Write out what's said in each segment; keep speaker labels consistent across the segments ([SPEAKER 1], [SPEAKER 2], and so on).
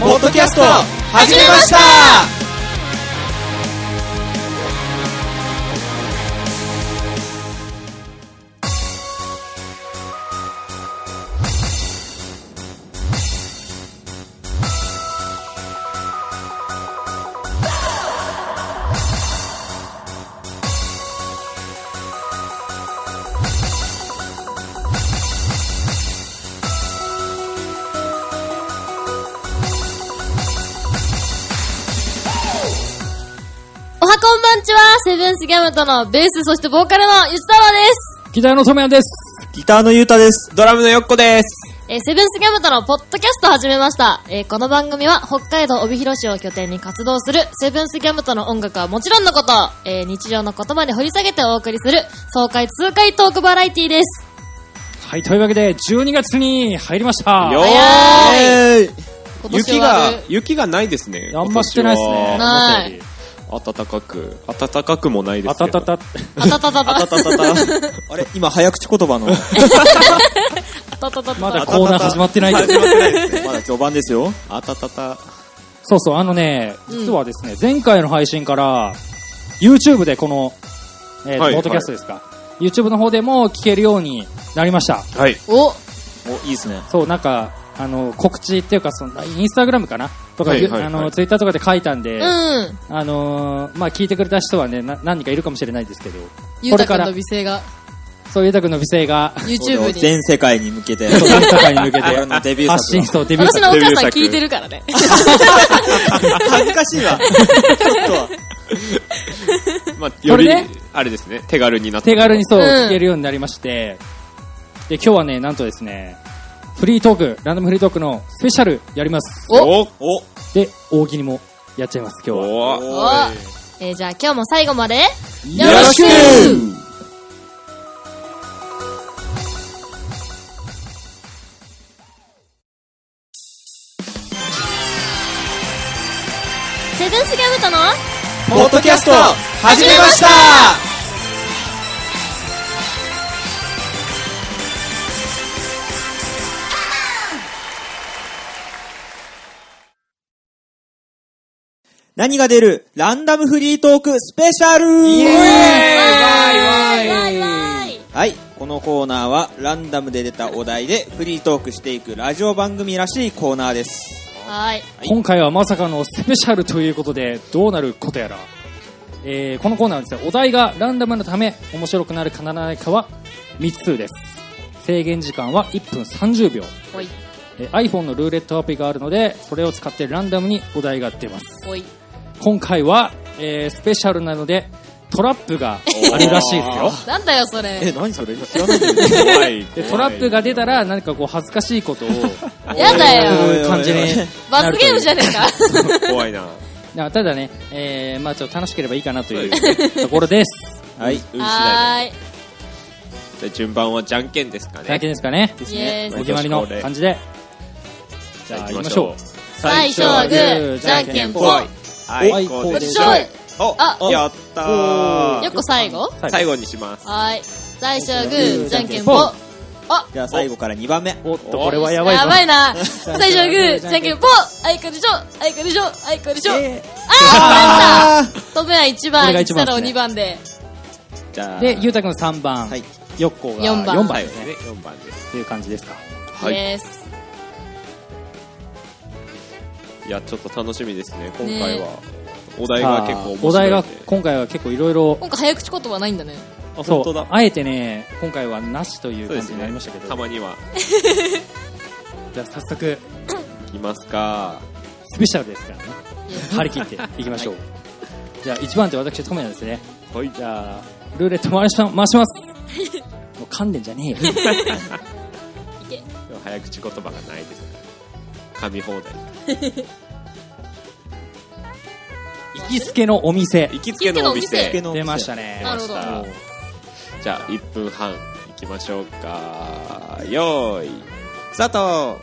[SPEAKER 1] ポッドキャスト始めました
[SPEAKER 2] おはこんばんちは、セブンスギャムとのベース、そしてボーカルのゆちたわです。
[SPEAKER 3] ギターの染谷です。
[SPEAKER 1] ギターのゆうたです。ドラムのよっこです。
[SPEAKER 2] えーセブンスギャムとのポッドキャストを始めました。えーこの番組は北海道帯広市を拠点に活動するセブンスギャムとの音楽はもちろんのこと、えー日常のことまで掘り下げてお送りする爽快痛快トークバラエティです。
[SPEAKER 3] はい、というわけで、12月に入りました。
[SPEAKER 1] よ
[SPEAKER 2] 早
[SPEAKER 1] ーい
[SPEAKER 2] 今年
[SPEAKER 1] 雪
[SPEAKER 2] は
[SPEAKER 1] が
[SPEAKER 2] ある、
[SPEAKER 1] 雪がないですね。
[SPEAKER 3] あんましてないですね。
[SPEAKER 1] 今
[SPEAKER 2] ない
[SPEAKER 1] 年は暖かく、暖かくもないで
[SPEAKER 3] あ
[SPEAKER 1] すけ
[SPEAKER 3] た
[SPEAKER 1] ど。
[SPEAKER 3] たた。
[SPEAKER 2] あたたたた。
[SPEAKER 1] 暖
[SPEAKER 2] あ
[SPEAKER 1] かく。
[SPEAKER 4] あれ今早口言葉の
[SPEAKER 2] たたた
[SPEAKER 3] ま
[SPEAKER 2] た。
[SPEAKER 3] だコーナー始まってないけ
[SPEAKER 1] 始
[SPEAKER 3] ど
[SPEAKER 1] まってないですね。
[SPEAKER 4] まだ序盤ですよ
[SPEAKER 1] あたたた。
[SPEAKER 3] そうそう、あのね、実はですね、前回の配信から、YouTube でこの、えーと
[SPEAKER 1] はい
[SPEAKER 3] ポッドキャストですか。YouTube の方でも聞けるようになりました。
[SPEAKER 1] はい。
[SPEAKER 2] お、
[SPEAKER 4] おいいですね
[SPEAKER 3] そう、なんか、あの、告知っていうか、その、インスタグラムかなとか、
[SPEAKER 1] はいはいはい
[SPEAKER 3] あの、ツイッターとかで書いたんで、
[SPEAKER 2] うん。
[SPEAKER 3] あのーまあ、聞いてくれた人はね、な何人かいるかもしれないですけど、
[SPEAKER 2] ゆ
[SPEAKER 3] こ
[SPEAKER 2] う
[SPEAKER 3] れ
[SPEAKER 2] た
[SPEAKER 3] か
[SPEAKER 2] くん
[SPEAKER 3] ら
[SPEAKER 2] の美声が
[SPEAKER 3] そういうたくんの美声 が、
[SPEAKER 2] YouTube に。
[SPEAKER 4] 全世界に向け て
[SPEAKER 3] そう全世界に向けて
[SPEAKER 4] 俺のデビュー
[SPEAKER 3] 発信
[SPEAKER 4] 作
[SPEAKER 3] そう、デビュー
[SPEAKER 2] 私
[SPEAKER 3] 作
[SPEAKER 2] のお母さん聞いてるからね。
[SPEAKER 4] 恥ずかしいわちょっとは
[SPEAKER 1] まあ、より
[SPEAKER 3] これね、
[SPEAKER 1] あれですね、手軽になって。
[SPEAKER 3] 手軽にそう、
[SPEAKER 2] うん
[SPEAKER 3] 聞けるようになりまして、で、今日はね、なんとですね、フリートーク、ランダムフリートークのスペシャルやります。
[SPEAKER 1] お
[SPEAKER 4] お
[SPEAKER 3] で、大喜利もやっちゃいます、今日は。
[SPEAKER 1] お
[SPEAKER 2] おえーじゃあ今日も最後まで、よ
[SPEAKER 3] よろしく
[SPEAKER 2] セブンスギャムとの
[SPEAKER 4] ポッドキャスト
[SPEAKER 1] 始
[SPEAKER 2] めました
[SPEAKER 4] 何が出るランダムフリートークスペシャル
[SPEAKER 2] イわーいわーい
[SPEAKER 4] はいこのコーナーはランダムで出たお題でフリートークしていくラジオ番組らしいコーナーです
[SPEAKER 2] はーい。
[SPEAKER 3] 今回はまさかのスペシャルということで、どうなることやら。えー、このコーナーはですね、お題がランダムのため、面白くなるかならないかは未通です。制限時間は1分30秒。
[SPEAKER 2] おい、
[SPEAKER 3] えー iPhone のルーレットアプリがあるので、それを使ってランダムにお題が出ます。
[SPEAKER 2] おい。
[SPEAKER 3] 今回は、えースペシャルなのでトラップがあるらしいですよ
[SPEAKER 2] なんだよそれ。
[SPEAKER 4] え何それ知らない
[SPEAKER 1] 怖い。
[SPEAKER 3] でトラップが出たら何かこう恥ずかしい ことを
[SPEAKER 2] やだ
[SPEAKER 3] そ
[SPEAKER 2] よ。
[SPEAKER 3] ういう感じにな
[SPEAKER 2] 罰
[SPEAKER 3] る
[SPEAKER 2] ゲームじゃ
[SPEAKER 3] ん
[SPEAKER 2] ねえか。
[SPEAKER 1] 怖いな。
[SPEAKER 3] ただね、えーまあちょっと楽しければいいかなというところ です
[SPEAKER 4] はい
[SPEAKER 1] 運次第
[SPEAKER 2] はーい。
[SPEAKER 1] で。で順番はじゃんけんですか
[SPEAKER 3] だ
[SPEAKER 1] ね
[SPEAKER 3] け。ですかね
[SPEAKER 2] イエ
[SPEAKER 3] お
[SPEAKER 2] ーイ。
[SPEAKER 3] 決まりの感じでじゃあ行きましょう
[SPEAKER 2] 最初はグー、じゃんけんぽい。
[SPEAKER 1] はい、
[SPEAKER 3] はい
[SPEAKER 1] こうで
[SPEAKER 3] こうで
[SPEAKER 1] し
[SPEAKER 3] し
[SPEAKER 1] ょ
[SPEAKER 3] ょ
[SPEAKER 2] い
[SPEAKER 1] お
[SPEAKER 2] あ
[SPEAKER 1] やった
[SPEAKER 3] お
[SPEAKER 1] ー
[SPEAKER 3] ー
[SPEAKER 2] よっこ最後
[SPEAKER 1] 最後にします。
[SPEAKER 2] はーい。最初はグー、じゃんけんぽん。あ
[SPEAKER 4] じゃあ最後から2番目
[SPEAKER 3] おっとこれはやばいぞ
[SPEAKER 2] やばいな。最初はグー、じゃんけんぽん。あいこでしょあいこでしょあいこでしょあーやったとめは1
[SPEAKER 3] こ
[SPEAKER 2] 番、
[SPEAKER 3] れが
[SPEAKER 2] 一
[SPEAKER 3] 一番
[SPEAKER 2] 太
[SPEAKER 3] です
[SPEAKER 2] 郎
[SPEAKER 3] ね
[SPEAKER 2] 2番で。
[SPEAKER 4] じゃあ
[SPEAKER 3] でゆうたくん3番、
[SPEAKER 4] はい
[SPEAKER 3] よっこが
[SPEAKER 2] 四
[SPEAKER 3] 4
[SPEAKER 2] 番
[SPEAKER 3] 番
[SPEAKER 1] はい、
[SPEAKER 3] ですね
[SPEAKER 1] ね、4番です。
[SPEAKER 3] っていう感じですか
[SPEAKER 1] はい
[SPEAKER 2] イエース。
[SPEAKER 1] いや、ちょっと楽しみですね、今
[SPEAKER 2] ね
[SPEAKER 1] 回は。お題が結構面白いんで。
[SPEAKER 3] お題が今回は結構いろいろ
[SPEAKER 2] 今回早口言葉ないんだね。
[SPEAKER 1] あ
[SPEAKER 3] そ
[SPEAKER 1] 本
[SPEAKER 3] う
[SPEAKER 1] 当だ。
[SPEAKER 3] あえてね今回はなしという
[SPEAKER 1] そうで
[SPEAKER 3] 感
[SPEAKER 1] す
[SPEAKER 3] じにな
[SPEAKER 1] ね
[SPEAKER 3] りましたけど、
[SPEAKER 1] たまには。
[SPEAKER 3] じゃあ早速
[SPEAKER 1] いきますか。
[SPEAKER 3] スペシャルですから ね
[SPEAKER 2] イエース
[SPEAKER 3] 張り切っていきましょう、じゃあ1番手私トメヤですね
[SPEAKER 1] はい。
[SPEAKER 3] じゃあルーレット回しま回しますもう噛んでんじゃねえよ
[SPEAKER 1] でも早口言葉がないですから。噛み放題。
[SPEAKER 3] 行きつけのお店
[SPEAKER 1] 行きつけのお
[SPEAKER 2] 行きつけ
[SPEAKER 1] 店。
[SPEAKER 3] 出ましたね
[SPEAKER 2] なるほど。
[SPEAKER 1] あじゃあ、1分半行きましょうか。よーい、スタート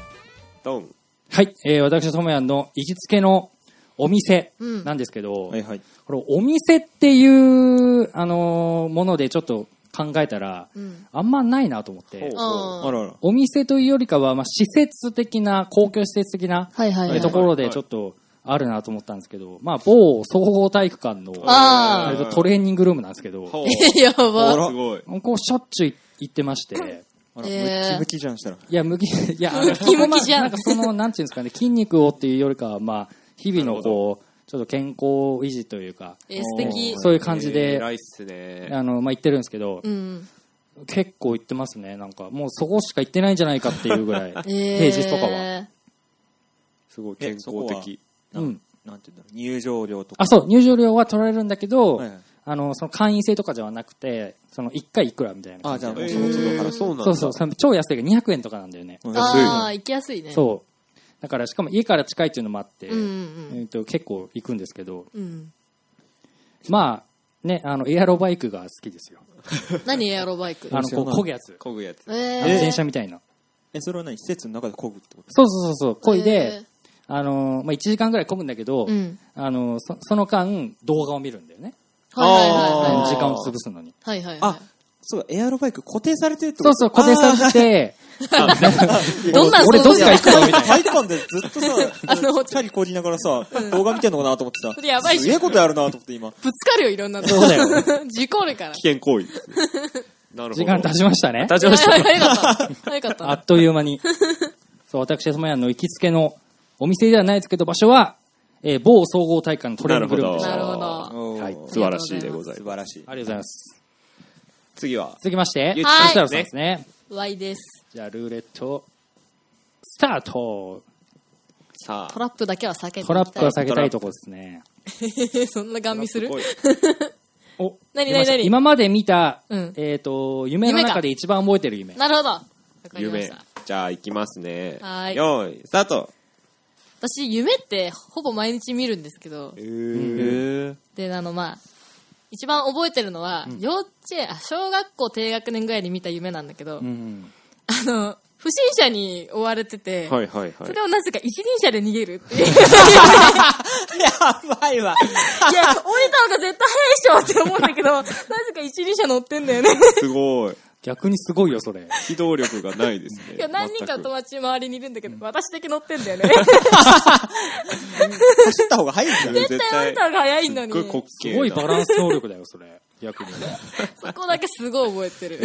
[SPEAKER 1] ドン。
[SPEAKER 3] はい、えー、私トメヤの行きつけのお店
[SPEAKER 2] うん
[SPEAKER 3] なんですけど、
[SPEAKER 4] はいはい
[SPEAKER 3] これお店っていう、あのーものでちょっと考えたら、
[SPEAKER 2] うん
[SPEAKER 3] あんまないなと思って、
[SPEAKER 1] ほう
[SPEAKER 4] あ
[SPEAKER 2] あ
[SPEAKER 4] らあら。
[SPEAKER 3] お店というよりかは、まあ、施設的な、公共施設的な、
[SPEAKER 2] はいはいはい
[SPEAKER 3] えところでちょっとあるなと思ったんですけど、まあ、某総合体育館の、
[SPEAKER 2] あ
[SPEAKER 3] 割とトレーニングルームなんですけど、こ
[SPEAKER 1] ほう
[SPEAKER 2] ー やば。
[SPEAKER 1] すごい。
[SPEAKER 3] こしょっちゅう行ってまして、
[SPEAKER 4] あら、
[SPEAKER 2] えー
[SPEAKER 4] ムキムキじゃん、したら。
[SPEAKER 3] いや、むき、いや、
[SPEAKER 2] ムキムキじゃん
[SPEAKER 3] なんかその、なんていうんですかね、筋肉をっていうよりかは、まあ、日々のこう、ちょっと健康維持というか、
[SPEAKER 2] えー素敵
[SPEAKER 3] そういう感じ
[SPEAKER 1] えー
[SPEAKER 3] で、
[SPEAKER 1] 偉いっすね。
[SPEAKER 3] あの、まあ、行ってるんですけど、
[SPEAKER 2] うん。
[SPEAKER 3] 結構行ってますね、なんか、もうそこしか行ってないんじゃないかっていうぐ らい、
[SPEAKER 2] えー
[SPEAKER 3] 平日とかは。。
[SPEAKER 1] すごい
[SPEAKER 4] え
[SPEAKER 1] 健康的。
[SPEAKER 4] な
[SPEAKER 3] うん
[SPEAKER 4] なんて言うんだろう。入場料とか。
[SPEAKER 3] あ、そう、入場料は取られるんだけど、
[SPEAKER 4] はいはい
[SPEAKER 3] あの、その会員制とかではなくて、その1回いくらみたいな感
[SPEAKER 4] あ、
[SPEAKER 3] じ
[SPEAKER 4] じゃあ
[SPEAKER 3] で。
[SPEAKER 4] もう
[SPEAKER 1] えー
[SPEAKER 4] その都度払
[SPEAKER 1] そうなんだ。
[SPEAKER 3] そうそう、その超安いが200円とかなんだよね。
[SPEAKER 4] う。うん
[SPEAKER 2] ああ、行きやすいね。う。
[SPEAKER 3] そう。だから、しかも家から近いっていうのもあって、
[SPEAKER 2] うんうん
[SPEAKER 3] えっと結構行くんですけど、
[SPEAKER 2] うん。うん。
[SPEAKER 3] まあ、ね、あの、エアロバイクが好きですよ。
[SPEAKER 2] 何エアロバイク
[SPEAKER 3] あの、こう、漕ぐやつ。
[SPEAKER 1] こぐやつ。
[SPEAKER 2] え
[SPEAKER 3] あ
[SPEAKER 2] ー
[SPEAKER 3] の電車みたいな。
[SPEAKER 4] え、それは何施設の中で漕ぐってこと
[SPEAKER 3] そうそうそうそう、漕い
[SPEAKER 2] え
[SPEAKER 3] で
[SPEAKER 2] ー、
[SPEAKER 3] あの、まあ、1時間ぐらい漕ぐんだけど、
[SPEAKER 2] うん
[SPEAKER 3] あの、そその間、動画を見るんだよね。
[SPEAKER 2] はい
[SPEAKER 3] あ
[SPEAKER 2] は
[SPEAKER 3] の
[SPEAKER 2] い
[SPEAKER 3] 時間を潰すのに。
[SPEAKER 2] はいはい。はいはいは
[SPEAKER 4] あ、そうだ、エアロバイク固定されてるってこ
[SPEAKER 3] そう
[SPEAKER 4] と
[SPEAKER 3] そう、固定されてて、
[SPEAKER 2] い。どんな
[SPEAKER 3] 俺どっちか行くのみたいな。
[SPEAKER 4] 体育館でずっとさ、
[SPEAKER 2] あの
[SPEAKER 4] チャリこじながらさ、動画見てんのかなと思って
[SPEAKER 2] そ
[SPEAKER 4] た。
[SPEAKER 2] れやばいっしょ
[SPEAKER 4] すげえことやるなと思って今。
[SPEAKER 2] ぶつかるよ、いろんなとこ
[SPEAKER 3] そうだよ。
[SPEAKER 2] 事故るから。
[SPEAKER 1] 危険行為ですね。なる ほ
[SPEAKER 3] 時
[SPEAKER 1] ど。
[SPEAKER 3] 間経ちましたね。
[SPEAKER 1] 立ちました。
[SPEAKER 2] はいはい 早か った。早かった
[SPEAKER 3] あ。っという間に。 そう、私、そのの行きつけのお店ではないですけど、場所は、えー某総合体育館のトレーニングルームでした。
[SPEAKER 2] な
[SPEAKER 1] な
[SPEAKER 2] る
[SPEAKER 1] るほ
[SPEAKER 2] ほ
[SPEAKER 1] ど
[SPEAKER 2] ど。
[SPEAKER 3] はい
[SPEAKER 4] おー
[SPEAKER 1] 素晴らしいでござい
[SPEAKER 4] 素
[SPEAKER 1] ます。
[SPEAKER 4] 晴らしい。
[SPEAKER 3] ありがとうございます。
[SPEAKER 1] 次は、
[SPEAKER 3] 続きまして、
[SPEAKER 1] ゆう
[SPEAKER 2] ちさん
[SPEAKER 3] 設楽さんですね。
[SPEAKER 2] Y です。
[SPEAKER 3] じゃあ、ルーレット、スタート
[SPEAKER 1] さ
[SPEAKER 2] ト
[SPEAKER 1] あ。
[SPEAKER 2] ラップだけは避けていきたい。
[SPEAKER 3] トラップは避けたいとこですね。
[SPEAKER 2] そんなガン見する
[SPEAKER 1] ごい
[SPEAKER 3] お、
[SPEAKER 2] 何
[SPEAKER 3] 出ました
[SPEAKER 2] 何何
[SPEAKER 3] 今まで見た、
[SPEAKER 2] うん
[SPEAKER 3] えっ、と、夢の
[SPEAKER 2] 夢か
[SPEAKER 3] 中で一番覚えてる夢。
[SPEAKER 2] なるほど。わかりまし
[SPEAKER 1] 夢
[SPEAKER 2] た。。
[SPEAKER 1] じゃあ、行きますね。
[SPEAKER 2] はい
[SPEAKER 1] よーい、スタート
[SPEAKER 2] 私、夢ってほぼ毎日見るんですけど
[SPEAKER 1] え、
[SPEAKER 4] へえ。
[SPEAKER 2] で、あの、まあ、一番覚えてるのは、幼稚園、あ、小学校低学年ぐらいに見た夢なんだけど
[SPEAKER 3] う、ん。
[SPEAKER 2] あの、不審者に追われてて、
[SPEAKER 1] はいはい
[SPEAKER 2] そ
[SPEAKER 1] は い
[SPEAKER 2] れ。をなぜか一輪車で逃げるっていう。いや、
[SPEAKER 4] やばいわ。
[SPEAKER 2] 降りた方が絶対早いっしょって思うんだけど、なぜか一輪車乗ってんだよね。
[SPEAKER 1] すごい。
[SPEAKER 3] 逆にすごいよ、それ。
[SPEAKER 1] 機動力がないですね。
[SPEAKER 2] いや、何人か
[SPEAKER 1] 全く
[SPEAKER 2] 友達周りにいるんだけど、私だけ乗ってんだよね。
[SPEAKER 4] 走った方が早いんだよ。
[SPEAKER 1] 絶
[SPEAKER 2] 絶対あ
[SPEAKER 1] 対
[SPEAKER 2] んたが早いの
[SPEAKER 1] すっ
[SPEAKER 2] に
[SPEAKER 1] ごい。滑
[SPEAKER 3] す
[SPEAKER 1] 稽
[SPEAKER 3] ごい
[SPEAKER 1] な
[SPEAKER 3] バランス能力だよ、それ。逆に。
[SPEAKER 2] そこだけすごい覚えてる。